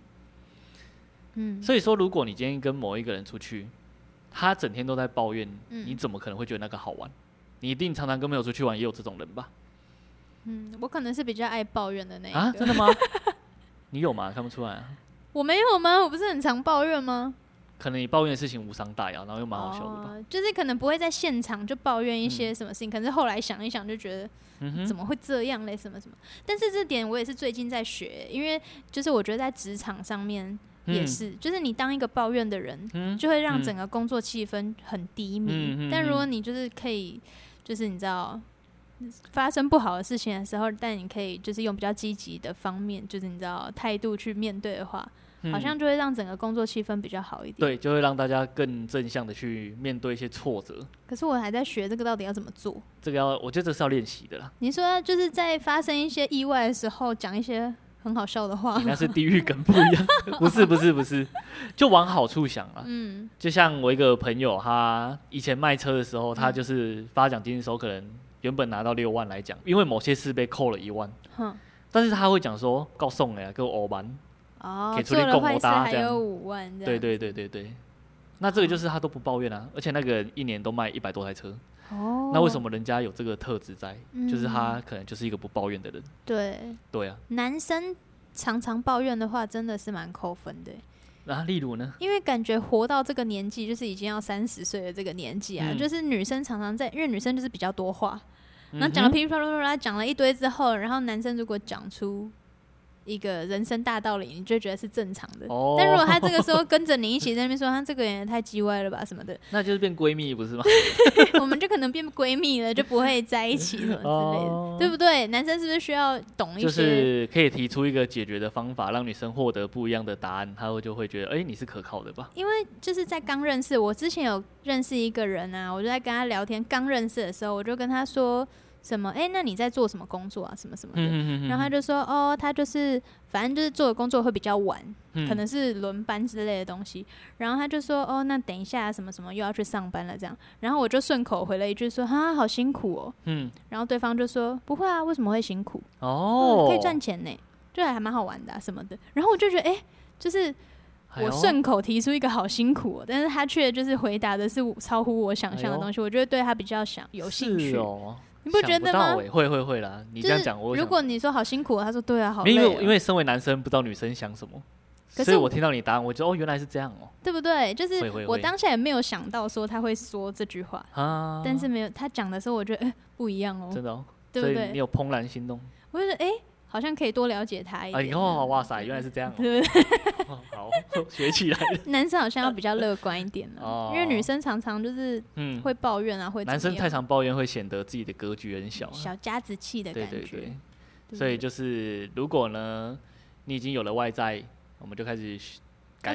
Speaker 1: 嗯，
Speaker 2: 所以说，如果你今天跟某一个人出去，他整天都在抱怨，
Speaker 1: 嗯
Speaker 2: 你怎么可能会觉得那个好玩？你一定常常跟朋友出去玩，也有这种人吧？
Speaker 1: 嗯，我可能是比较爱抱怨的那一个。
Speaker 2: 啊，真 的吗？你有吗？看不出来啊。
Speaker 1: 我没有吗？我不是很常抱怨吗？
Speaker 2: 可能你抱怨的事情无伤大雅，然后又蛮好笑的吧？
Speaker 1: 哦，就是可能不会在现场就抱怨一些什么事情，可是后来想一想就觉得
Speaker 2: 嗯哼，
Speaker 1: 怎么会这样嘞，什么什么。但是这点我也是最近在学，因为就是我觉得在职场上面也
Speaker 2: 嗯，
Speaker 1: 是，就是你当一个抱怨的人，
Speaker 2: 嗯，
Speaker 1: 就会让
Speaker 2: 嗯
Speaker 1: 整个工作气氛很低迷。
Speaker 2: 嗯嗯嗯
Speaker 1: 但如果你就是可以，就是你知道。发生不好的事情的时候，但你可以就是用比较积极的方面，就是你知道态度去面对的话，好
Speaker 2: 嗯
Speaker 1: 像就会让整个工作气氛比较好一点。
Speaker 2: 对，就会让大家更正向的去面对一些挫折。
Speaker 1: 可是我还在学这个到底要怎么做。
Speaker 2: 这个要，我觉得这是要练习 的啦。
Speaker 1: 你说就是在发生一些意外的时候讲一些很好笑的话
Speaker 2: 你，那是地狱梗不一 样，不是不是不是，就往好处想啊。
Speaker 1: 嗯，
Speaker 2: 就像我一个朋友，他以前卖车的时候，他
Speaker 1: 嗯
Speaker 2: 就是发奖金的时候，可能原本拿到六万来讲，因为某些事被扣了一万，
Speaker 1: 哼，
Speaker 2: 但是他会讲说告送哎，给我欧班。
Speaker 1: 哦
Speaker 2: 给，出
Speaker 1: 做
Speaker 2: 力
Speaker 1: 了
Speaker 2: 供
Speaker 1: 坏
Speaker 2: 我
Speaker 1: 事
Speaker 2: 搭
Speaker 1: 还
Speaker 2: 这样
Speaker 1: 有五万这样，
Speaker 2: 对，对对对对，那这个就是他都不抱怨啊，而且那个人一年都卖一百多台车，
Speaker 1: 哦，嗯
Speaker 2: 那为什
Speaker 1: 么？
Speaker 2: 么人家有这个特质在？就是他可能就是一个不抱怨的人。
Speaker 1: 对，
Speaker 2: 对啊，
Speaker 1: 男生常常抱怨的话，真的是蛮扣分的，
Speaker 2: 然后例如呢，
Speaker 1: 因为感觉活到这个年纪，就是已经要三十岁的这个年纪啊，
Speaker 2: 嗯
Speaker 1: 就是女生常常在，因为女生就是比较多话，然后讲了噼里啪啦啪啦讲了一堆之后，然后男生如果讲出一个人生大道理，你就觉得是正常的。
Speaker 2: 哦
Speaker 1: 但如果他这个时候跟着你一起在那边说他这个人也太叽歪了吧什么的，
Speaker 2: 那就是变闺蜜不是吗？
Speaker 1: 我们就可能变闺蜜了，就不会在一起什么之类的，
Speaker 2: 哦
Speaker 1: 对不对？男生是不是需要懂一些？
Speaker 2: 就是可以提出一个解决的方法，让女生获得不一样的答案，她会就会觉得，哎、你是可靠的吧？
Speaker 1: 因为就是在刚认识，我之前有认识一个人啊，我就在跟他聊天。刚认识的时候，我就跟他说什么，哎、那你在做什么工作啊？什么什么的。
Speaker 2: 嗯
Speaker 1: 然后他就说，哦，他就是反正就是做的工作会比较晚，
Speaker 2: 就
Speaker 1: 可能是轮班之类的东西。然后他就说：“哦，那等一下什么什么又要去上班了这样。”然后我就顺口回了一句说：“哈，好辛苦哦。
Speaker 2: 嗯”
Speaker 1: 然后对方就说：“不会啊，为什么会辛苦？
Speaker 2: 哦、
Speaker 1: 嗯可以赚钱呢，就还蛮好玩的、啊、什么的。”然后我就觉得，哎、就是我
Speaker 2: 哎呦
Speaker 1: 顺口提出一个好辛苦、哦，但是他却就是回答的是超乎我想象的东西，我觉得对他比较想有兴趣。
Speaker 2: 哎是哦，
Speaker 1: 你不
Speaker 2: 想
Speaker 1: 觉得
Speaker 2: 到
Speaker 1: 吗？
Speaker 2: 欸会会会啦，你
Speaker 1: 就
Speaker 2: 这样
Speaker 1: 是
Speaker 2: 讲我有
Speaker 1: 如
Speaker 2: 想
Speaker 1: 果你说好辛苦哦、他说对啊，好累、
Speaker 2: 因
Speaker 1: 哦，
Speaker 2: 为因为身为男生不知道女生想什么，
Speaker 1: 可
Speaker 2: 所
Speaker 1: 是
Speaker 2: 以我
Speaker 1: 我
Speaker 2: 听到你答案，我觉得哦原来是这样哦
Speaker 1: 对不对？就是
Speaker 2: 会会
Speaker 1: 我
Speaker 2: 会
Speaker 1: 当下也没有想到说他会说这句话，
Speaker 2: 啊，
Speaker 1: 但是没有他讲的时候，我觉得、哎不一样哦，
Speaker 2: 真的哦，
Speaker 1: 对
Speaker 2: 所
Speaker 1: 不
Speaker 2: 以你
Speaker 1: 对？
Speaker 2: 有怦然心动
Speaker 1: 我就觉得哎、好像可以多了解他一
Speaker 2: 啊，以
Speaker 1: 点。
Speaker 2: 后哇塞原来是这样
Speaker 1: 对不
Speaker 2: 哦， 好学起来了，
Speaker 1: 对？男生好像要比较乐观一点了、
Speaker 2: 哦
Speaker 1: 因为女生常常就是
Speaker 2: 嗯，
Speaker 1: 会抱怨啊，会
Speaker 2: 男
Speaker 1: 怎
Speaker 2: 生
Speaker 1: 么
Speaker 2: 太
Speaker 1: 样
Speaker 2: 常抱怨会显得自己的格局很小啊，
Speaker 1: 小家子气的
Speaker 2: 对
Speaker 1: 感觉。
Speaker 2: 对对，
Speaker 1: 对
Speaker 2: 所
Speaker 1: 不对
Speaker 2: 以就是如果呢你已经有了外在，我们就开始改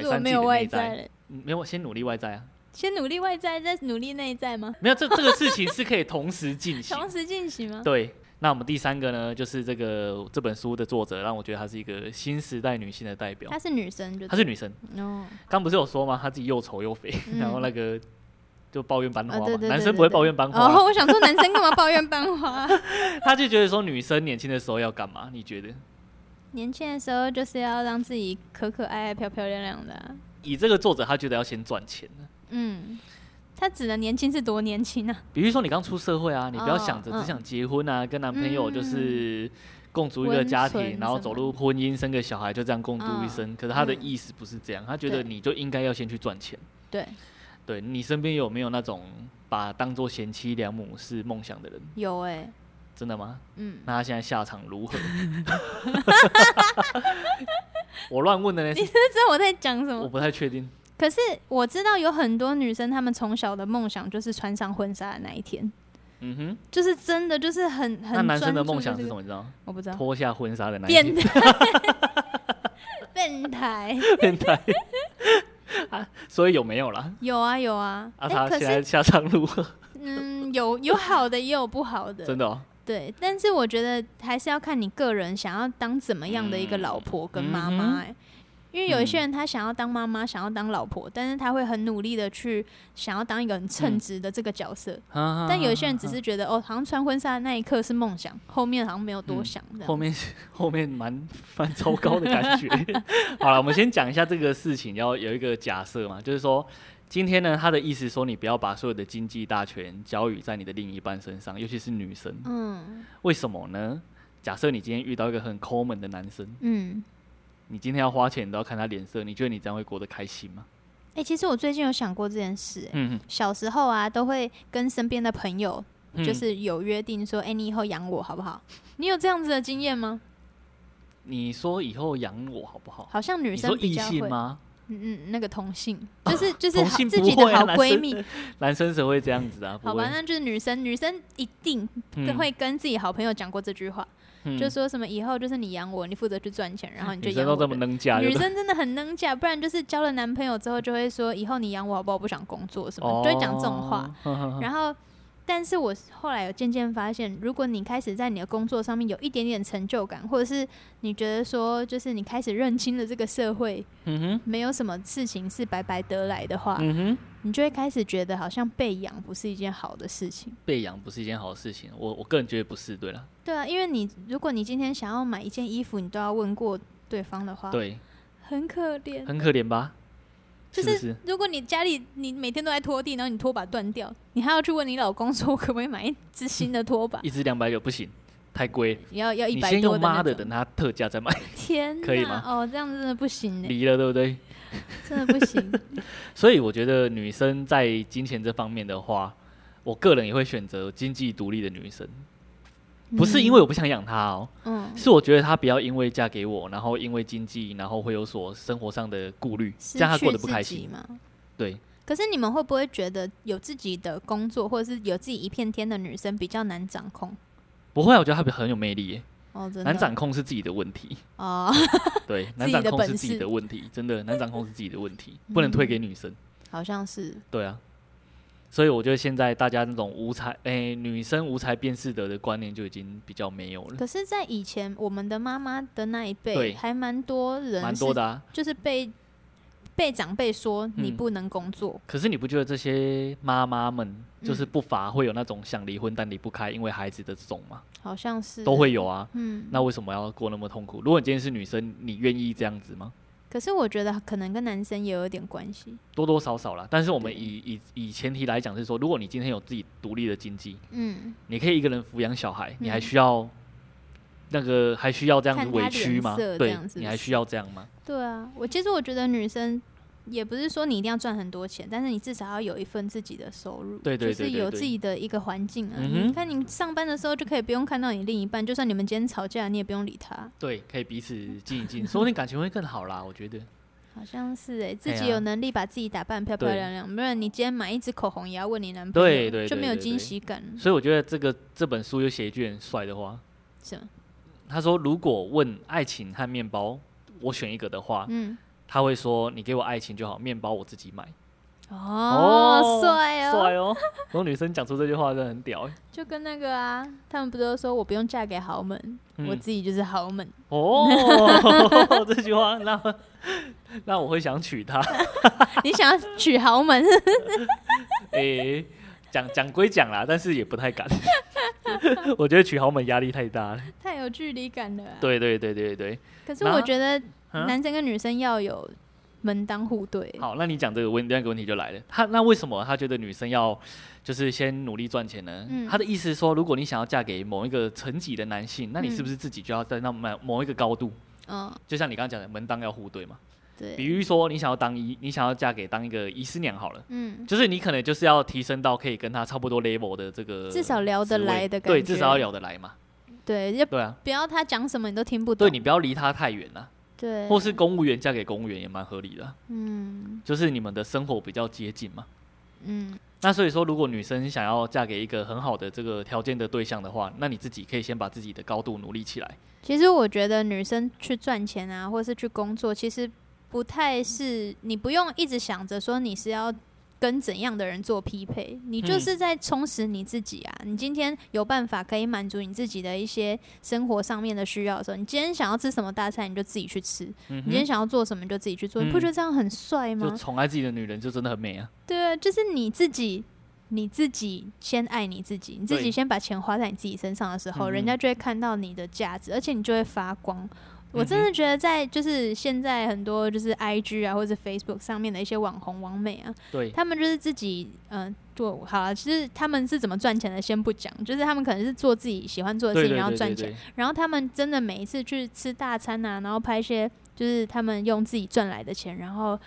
Speaker 1: 但是我
Speaker 2: 善自
Speaker 1: 没
Speaker 2: 己
Speaker 1: 有
Speaker 2: 的
Speaker 1: 外
Speaker 2: 内
Speaker 1: 在
Speaker 2: 在，
Speaker 1: 了，
Speaker 2: 嗯没有先努力外在啊，
Speaker 1: 先努力外在，再努力内在吗？
Speaker 2: 没有这这 个事情是可以同时 进行的
Speaker 1: 同时进行吗？
Speaker 2: 对，那我们第三个呢，就是这个这本书的作者，让我觉得她是一个新时代女性的代表
Speaker 1: 她。是女生就
Speaker 2: 哦她是女生，
Speaker 1: 对哦，
Speaker 2: 刚不是有说吗？她自己又丑又肥，然后那个就抱怨班
Speaker 1: 嗯
Speaker 2: 花
Speaker 1: 啊
Speaker 2: 嘛，
Speaker 1: 对对
Speaker 2: 男
Speaker 1: 对
Speaker 2: 生
Speaker 1: 对
Speaker 2: 不会
Speaker 1: 对
Speaker 2: 抱怨班
Speaker 1: 哦，
Speaker 2: 花，啊
Speaker 1: 我想说男生干嘛抱怨班花？啊
Speaker 2: 她就觉得说女生年轻的时候要干嘛？你觉得？
Speaker 1: 年轻的时候就是要让自己可可爱爱、漂漂亮亮的啊、
Speaker 2: 以这个作者，她觉得要先赚钱呢
Speaker 1: 嗯，他指的年轻是多年轻啊？
Speaker 2: 比如说你刚出社会啊，你不要
Speaker 1: 哦
Speaker 2: 想着
Speaker 1: 嗯
Speaker 2: 只想结婚啊，跟男朋友就是共组一个
Speaker 1: 温
Speaker 2: 家
Speaker 1: 存
Speaker 2: 庭，然后
Speaker 1: 什
Speaker 2: 走
Speaker 1: 么
Speaker 2: 入婚姻，生个小孩，就这样共度一
Speaker 1: 嗯
Speaker 2: 生。可是她的
Speaker 1: 嗯
Speaker 2: 意思不是这样，她觉得
Speaker 1: 对
Speaker 2: 你就应该要先去赚钱。
Speaker 1: 对，
Speaker 2: 对你身边有没有那种把当做贤妻良母是梦想的人？
Speaker 1: 有哎、
Speaker 2: 真的吗？
Speaker 1: 嗯，
Speaker 2: 那他现在下场如何？ 我乱问的呢，是
Speaker 1: 这知道我在讲什
Speaker 2: 我
Speaker 1: 么？
Speaker 2: 不太确定。
Speaker 1: 可是我知道有很多女生，她们从小的梦想就是穿上婚纱的那一天，
Speaker 2: 嗯哼，
Speaker 1: 就是真的就是很很、
Speaker 2: 那男生的梦想是
Speaker 1: 是
Speaker 2: 什？么？你知道吗？
Speaker 1: 我不知道，
Speaker 2: 脱下婚纱的那一
Speaker 1: 变
Speaker 2: 天，
Speaker 1: 态， 变态，
Speaker 2: 变态。 啊，所以有没有啦？
Speaker 1: 有啊有啊，
Speaker 2: 啊，
Speaker 1: 哎
Speaker 2: 他
Speaker 1: 可
Speaker 2: 现在
Speaker 1: 是
Speaker 2: 下场如何？
Speaker 1: 嗯，有有好的也有不好的，
Speaker 2: 真的哦，
Speaker 1: 对，但是我觉得还是要看你个人想要当怎么样的一个
Speaker 2: 嗯
Speaker 1: 老婆跟妈妈、欸因为有一些人他想要当妈妈，想要当老婆，但是他会很努力的去想要当一个很
Speaker 2: 嗯
Speaker 1: 称职的这个角色。但
Speaker 2: 但
Speaker 1: 有一些人
Speaker 2: 嗯
Speaker 1: 只是觉得，哦，好像穿婚纱的那一刻是梦想，后面好像没有多
Speaker 2: 嗯
Speaker 1: 想这样。
Speaker 2: 后面后面蛮蛮糟糕的感 觉。好了，我们先讲一下这个事情，要有一个假设嘛，就是说今天呢，他的意思说你不要把所有的经济大权交予在你的另一半身上，尤其是女生。
Speaker 1: 嗯
Speaker 2: 为什么呢？假设你今天遇到一个很抠门的男生，
Speaker 1: 嗯，
Speaker 2: 你今天要花钱，你都要看他脸色，你觉得你这样会过得开心吗？
Speaker 1: 哎、其实我最近有想过这件事、欸
Speaker 2: 嗯，
Speaker 1: 小时候啊，都会跟身边的朋友
Speaker 2: 嗯
Speaker 1: 就是有约定说，哎、你以后养我好不好？你有这样子的经验吗？
Speaker 2: 你说以后养我好不好？
Speaker 1: 好像女
Speaker 2: 你说
Speaker 1: 生比
Speaker 2: 异
Speaker 1: 较
Speaker 2: 性
Speaker 1: 会。
Speaker 2: 吗？
Speaker 1: 嗯，嗯，那个同 性，就是就是
Speaker 2: 同
Speaker 1: 好
Speaker 2: 性
Speaker 1: 自
Speaker 2: 不
Speaker 1: 己的
Speaker 2: 会啊
Speaker 1: 好
Speaker 2: 男
Speaker 1: 闺
Speaker 2: 生
Speaker 1: 蜜，
Speaker 2: 男生谁会这样子啊？不
Speaker 1: 好吧，
Speaker 2: 会，
Speaker 1: 那就是女生，女生一定
Speaker 2: 嗯
Speaker 1: 会跟自己好朋友讲过这句话，
Speaker 2: 嗯
Speaker 1: 就说什么以后就是你养我，你负责去赚钱，然后你就
Speaker 2: 女生
Speaker 1: 养
Speaker 2: 都
Speaker 1: 我
Speaker 2: 这么
Speaker 1: 的。
Speaker 2: 能嫁，
Speaker 1: 女
Speaker 2: 就对
Speaker 1: 生真的很能嫁，不然就是交了男朋友之后就会说以后你养我好不好？我不想工作什么，就会讲这种话。
Speaker 2: 哦
Speaker 1: 然后，但是我后来有渐渐发现，如果你开始在你的工作上面有一点点成就感，或者是你觉得说就是你开始认清了这个社会，
Speaker 2: 嗯哼，
Speaker 1: 没有什么事情是白白得来的话，
Speaker 2: 嗯哼，
Speaker 1: 你就会开始觉得好像被养不是一件好的事情。
Speaker 2: 被养不是一件好事情，我我个人觉得不是，对了，
Speaker 1: 对啊，因为你如果你今天想要买一件衣服，你都要问过对方的话，，
Speaker 2: 对，
Speaker 1: 很可怜。
Speaker 2: 很可怜吧？
Speaker 1: 就是
Speaker 2: 不是？
Speaker 1: 如果你家里你每天都在拖地，然后你拖把断掉，你还要去问你老公说，我可不可以买一只新的拖 把？
Speaker 2: 一支两百九不行，太贵了，
Speaker 1: 要要啊一
Speaker 2: 你
Speaker 1: 百
Speaker 2: 先
Speaker 1: 多
Speaker 2: 用
Speaker 1: 的那
Speaker 2: 妈的，
Speaker 1: 种。
Speaker 2: 等它特价再买，
Speaker 1: 天哪，
Speaker 2: 可以吗
Speaker 1: 哦，这样真的不行呢，
Speaker 2: 离了对不对？
Speaker 1: 真的不行。
Speaker 2: 所以我觉得女生在金钱这方面的话，我个人也会选择经济独立的女生， 不是因为我不想养她哦，
Speaker 1: 嗯，嗯
Speaker 2: 是我觉得她不要因为嫁给我，然后因为经济，然后会有所生活上的顾虑，
Speaker 1: 失
Speaker 2: 这样她过
Speaker 1: 去
Speaker 2: 得不
Speaker 1: 自
Speaker 2: 开
Speaker 1: 己
Speaker 2: 心。
Speaker 1: 嘛。
Speaker 2: 对，
Speaker 1: 可是你们会不会觉得有自己的工作，或者是有自己一片天的女生比较难掌控？
Speaker 2: 不会啊，我觉得她很有魅力耶，
Speaker 1: 哦，真的
Speaker 2: 难掌控是自己的问题。
Speaker 1: 哦，
Speaker 2: 对，
Speaker 1: 自
Speaker 2: 难
Speaker 1: 己
Speaker 2: 掌
Speaker 1: 的
Speaker 2: 控是
Speaker 1: 本
Speaker 2: 自己
Speaker 1: 事
Speaker 2: 的问题，真的难掌控是自己的 问题，不能推给女生。
Speaker 1: 好像是，
Speaker 2: 对啊，所以我觉得现在大家那种无才，诶、女生无才便是德的观念就已经比较没有了，
Speaker 1: 可是，在以前我们的妈妈的那一
Speaker 2: 嗯对
Speaker 1: 辈，还蛮多人
Speaker 2: 蛮
Speaker 1: 是
Speaker 2: 多的啊。
Speaker 1: 就是被被长辈说你
Speaker 2: 嗯
Speaker 1: 不能工作，
Speaker 2: 可是你不觉得这些妈妈们就是
Speaker 1: 嗯
Speaker 2: 不乏会有那种想离婚但离不开，因为孩子的这种嘛，
Speaker 1: 好像是
Speaker 2: 都会有啊。
Speaker 1: 嗯。
Speaker 2: 那为什么要过那么痛苦？如果你今天是女生，你愿意这样子吗？
Speaker 1: 可是我觉得可能跟男生也有一点关系。
Speaker 2: 多多少少啦。但是我们
Speaker 1: 对
Speaker 2: 以以以前提来讲是说，如果你今天有自己独立的经济，
Speaker 1: 嗯，
Speaker 2: 你可以一个人抚养小孩，你还
Speaker 1: 嗯
Speaker 2: 需要那个还需要这样子
Speaker 1: 看他
Speaker 2: 委屈吗？
Speaker 1: 脸色这
Speaker 2: 对
Speaker 1: 样是，不
Speaker 2: 你还
Speaker 1: 是
Speaker 2: 需要这样吗？
Speaker 1: 对啊，我其实我觉得女生也不是说你一定要赚很多钱，但是你至少要有一份自己的收入，
Speaker 2: 对对对
Speaker 1: 就
Speaker 2: 对
Speaker 1: 是有
Speaker 2: 对
Speaker 1: 自己的一个环境啊。
Speaker 2: 嗯哼
Speaker 1: 你看你上班的时候就可以不用看到你另一半，就算你们今天吵架，你也不用理他。
Speaker 2: 对，可以彼此静 一静，说不定感情会更好啦。我觉得，
Speaker 1: 好像是哎、自
Speaker 2: 哎
Speaker 1: 己
Speaker 2: 呀
Speaker 1: 有能力把自己打扮漂漂
Speaker 2: 对
Speaker 1: 亮亮，不然你今天买一支口红也要问你男朋友，
Speaker 2: 对对
Speaker 1: 就
Speaker 2: 对
Speaker 1: 没有
Speaker 2: 对
Speaker 1: 惊
Speaker 2: 对
Speaker 1: 喜感。
Speaker 2: 所以我觉得这个这本书有写一句很帅的话，
Speaker 1: 什么？
Speaker 2: 他说：“如果问爱情和面包，我选一个的话，
Speaker 1: 嗯，
Speaker 2: 他会说你给我爱情就好，面包我自己买。”
Speaker 1: 哦，帅哦，
Speaker 2: 帅哦！然后女生讲出这句话真的很屌欸、
Speaker 1: 就跟那个啊，他们不都说我不用嫁给豪门，
Speaker 2: 嗯
Speaker 1: 我自己就是豪门。
Speaker 2: 哦， 这句话那那我会想娶她。
Speaker 1: 你想要娶豪门？
Speaker 2: 诶、讲讲归讲啦，但是也不太敢。 我觉得娶豪门压力太大了。
Speaker 1: 太有距离感了、啊。，
Speaker 2: 对对对对对，
Speaker 1: 可是
Speaker 2: 然后
Speaker 1: 我觉得
Speaker 2: 嗯
Speaker 1: 男生跟女生要有门当户对。
Speaker 2: 好，那你讲这个问那个问题就来了。他那为什么他觉得女生要就是先努力赚钱呢？
Speaker 1: 嗯
Speaker 2: 他的意思是说，如果你想要嫁给某一个层级的男性，那你是不是自己就要在那某某一个高度？
Speaker 1: 嗯，
Speaker 2: 就像你刚刚讲的，门当要户对嘛。比
Speaker 1: 对，
Speaker 2: 如说，你想要当医，你想要嫁给当一个医师娘好了，
Speaker 1: 嗯，
Speaker 2: 就是你可能就是要提升到可以跟她差不多 level 的这个，
Speaker 1: 至少聊得来的感
Speaker 2: 呃对，
Speaker 1: 觉
Speaker 2: 至少要聊得来嘛，
Speaker 1: 对，要
Speaker 2: 对啊，
Speaker 1: 不要他讲什么你都听不懂。
Speaker 2: 对你不要离她太远啊了、
Speaker 1: 对，
Speaker 2: 或是公务员嫁给公务员也蛮合理的啊、
Speaker 1: 嗯
Speaker 2: 就是你们的生活比较接近嘛。
Speaker 1: 嗯，
Speaker 2: 那所以说，如果女生想要嫁给一个很好的这个条件的对象的话，那你自己可以先把自己的高度努力起来。
Speaker 1: 其实我觉得女生去赚钱啊，或是去工作，其实不太是你不用一直想着说你是要。跟怎样的人做匹配，你就
Speaker 2: 嗯
Speaker 1: 是在充实你自己啊！你今天有办法可以满足你自己的一些生活上面的需要的时候，你今天想要吃什么大餐，你就自己去吃。
Speaker 2: 嗯
Speaker 1: 你今天
Speaker 2: 哼，
Speaker 1: 想要做什么你就自己去做，你不
Speaker 2: 嗯
Speaker 1: 觉得这样很帅吗
Speaker 2: 就？宠爱自己的女人就真的很美啊。
Speaker 1: 对啊，就是你自己，你自己先爱你自己，你自己
Speaker 2: 对
Speaker 1: 先把钱花在你自己身上的时候，人
Speaker 2: 嗯
Speaker 1: 家就会看到你的价值，而且你就会发光。我真
Speaker 2: 嗯
Speaker 1: 的觉得在就是现在很多就是 I G 啊或者 Facebook 上面的一些网红网美啊，
Speaker 2: 对，
Speaker 1: 他们就是自己嗯、呃做好了，其实他们是怎么赚钱的先不讲，就是他们可能是做自己喜欢做的事
Speaker 2: 对
Speaker 1: 情，
Speaker 2: 对
Speaker 1: 然后
Speaker 2: 对
Speaker 1: 赚
Speaker 2: 对
Speaker 1: 钱
Speaker 2: 对。，
Speaker 1: 然后他们真的每一次去吃大餐啊，然后拍一些就是他们用自己赚来的钱，然后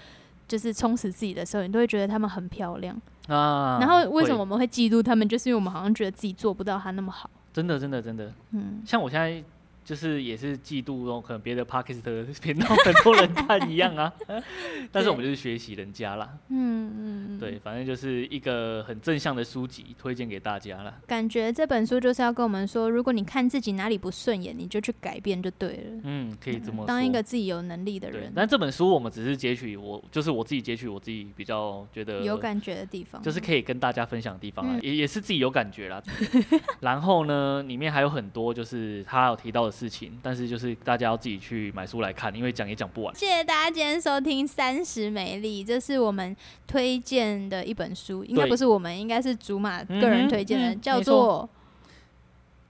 Speaker 1: 就是充实自己的时候，你都会觉得他们很漂亮。
Speaker 2: 啊，
Speaker 1: 然后为什
Speaker 2: 会
Speaker 1: 么我们会嫉妒他们？就是因为我们好像觉得自己做不到他那么好。
Speaker 2: 真的真的真的，
Speaker 1: 嗯，
Speaker 2: 像我现在就是也是嫉妒哦，可能别的 p a r k e t 频道很多人看一样啊， 但是我们就是学习人家啦，
Speaker 1: 嗯嗯嗯，
Speaker 2: 对，，反正就是一个很正向的书籍，推荐给大家啦。
Speaker 1: 感觉这本书就是要跟我们说，如果你看自己哪里不顺眼，你就去改变就对了。
Speaker 2: 嗯，可以这么说。
Speaker 1: 当一个自己有能力的
Speaker 2: 对
Speaker 1: 人，，
Speaker 2: 但这本书我们只是截取我，就是我自己截取我自己比较觉得
Speaker 1: 有感觉的地方，
Speaker 2: 就是可以跟大家分享的地方啊，
Speaker 1: 嗯
Speaker 2: 也也是自己有感 觉啦。然后呢，里面还有很多就是他有提到的事情，但是就是大家要自己去买书来看，因为讲也讲不完。
Speaker 1: 谢谢大家今天收听《三十美丽》，这是我们推荐的一本书，应该
Speaker 2: 对
Speaker 1: 不是我们，应该是竹马
Speaker 2: 嗯哼
Speaker 1: 个人推荐的，
Speaker 2: 嗯
Speaker 1: 叫
Speaker 2: 没
Speaker 1: 做
Speaker 2: 错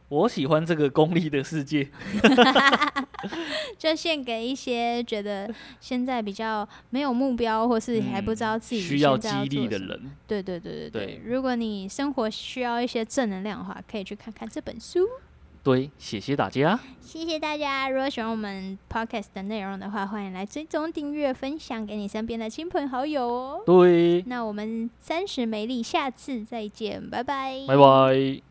Speaker 2: 我喜欢这个功利的世界，
Speaker 1: 就献给一些觉得现在比较没有目标，或是还不知道自己、
Speaker 2: 嗯需要激励的。人。
Speaker 1: 对对对对对，
Speaker 2: 对
Speaker 1: 如果你生活需要一些正能量的话，可以去看看这本书。
Speaker 2: 对，谢谢大家，
Speaker 1: 谢谢大家！如果喜欢我们 podcast 的内容的话，欢迎来追踪、订阅、分享给你身边的亲朋好友哦。
Speaker 2: 对，
Speaker 1: 那我们三十美丽，下次再见，拜拜，嗯
Speaker 2: 拜拜。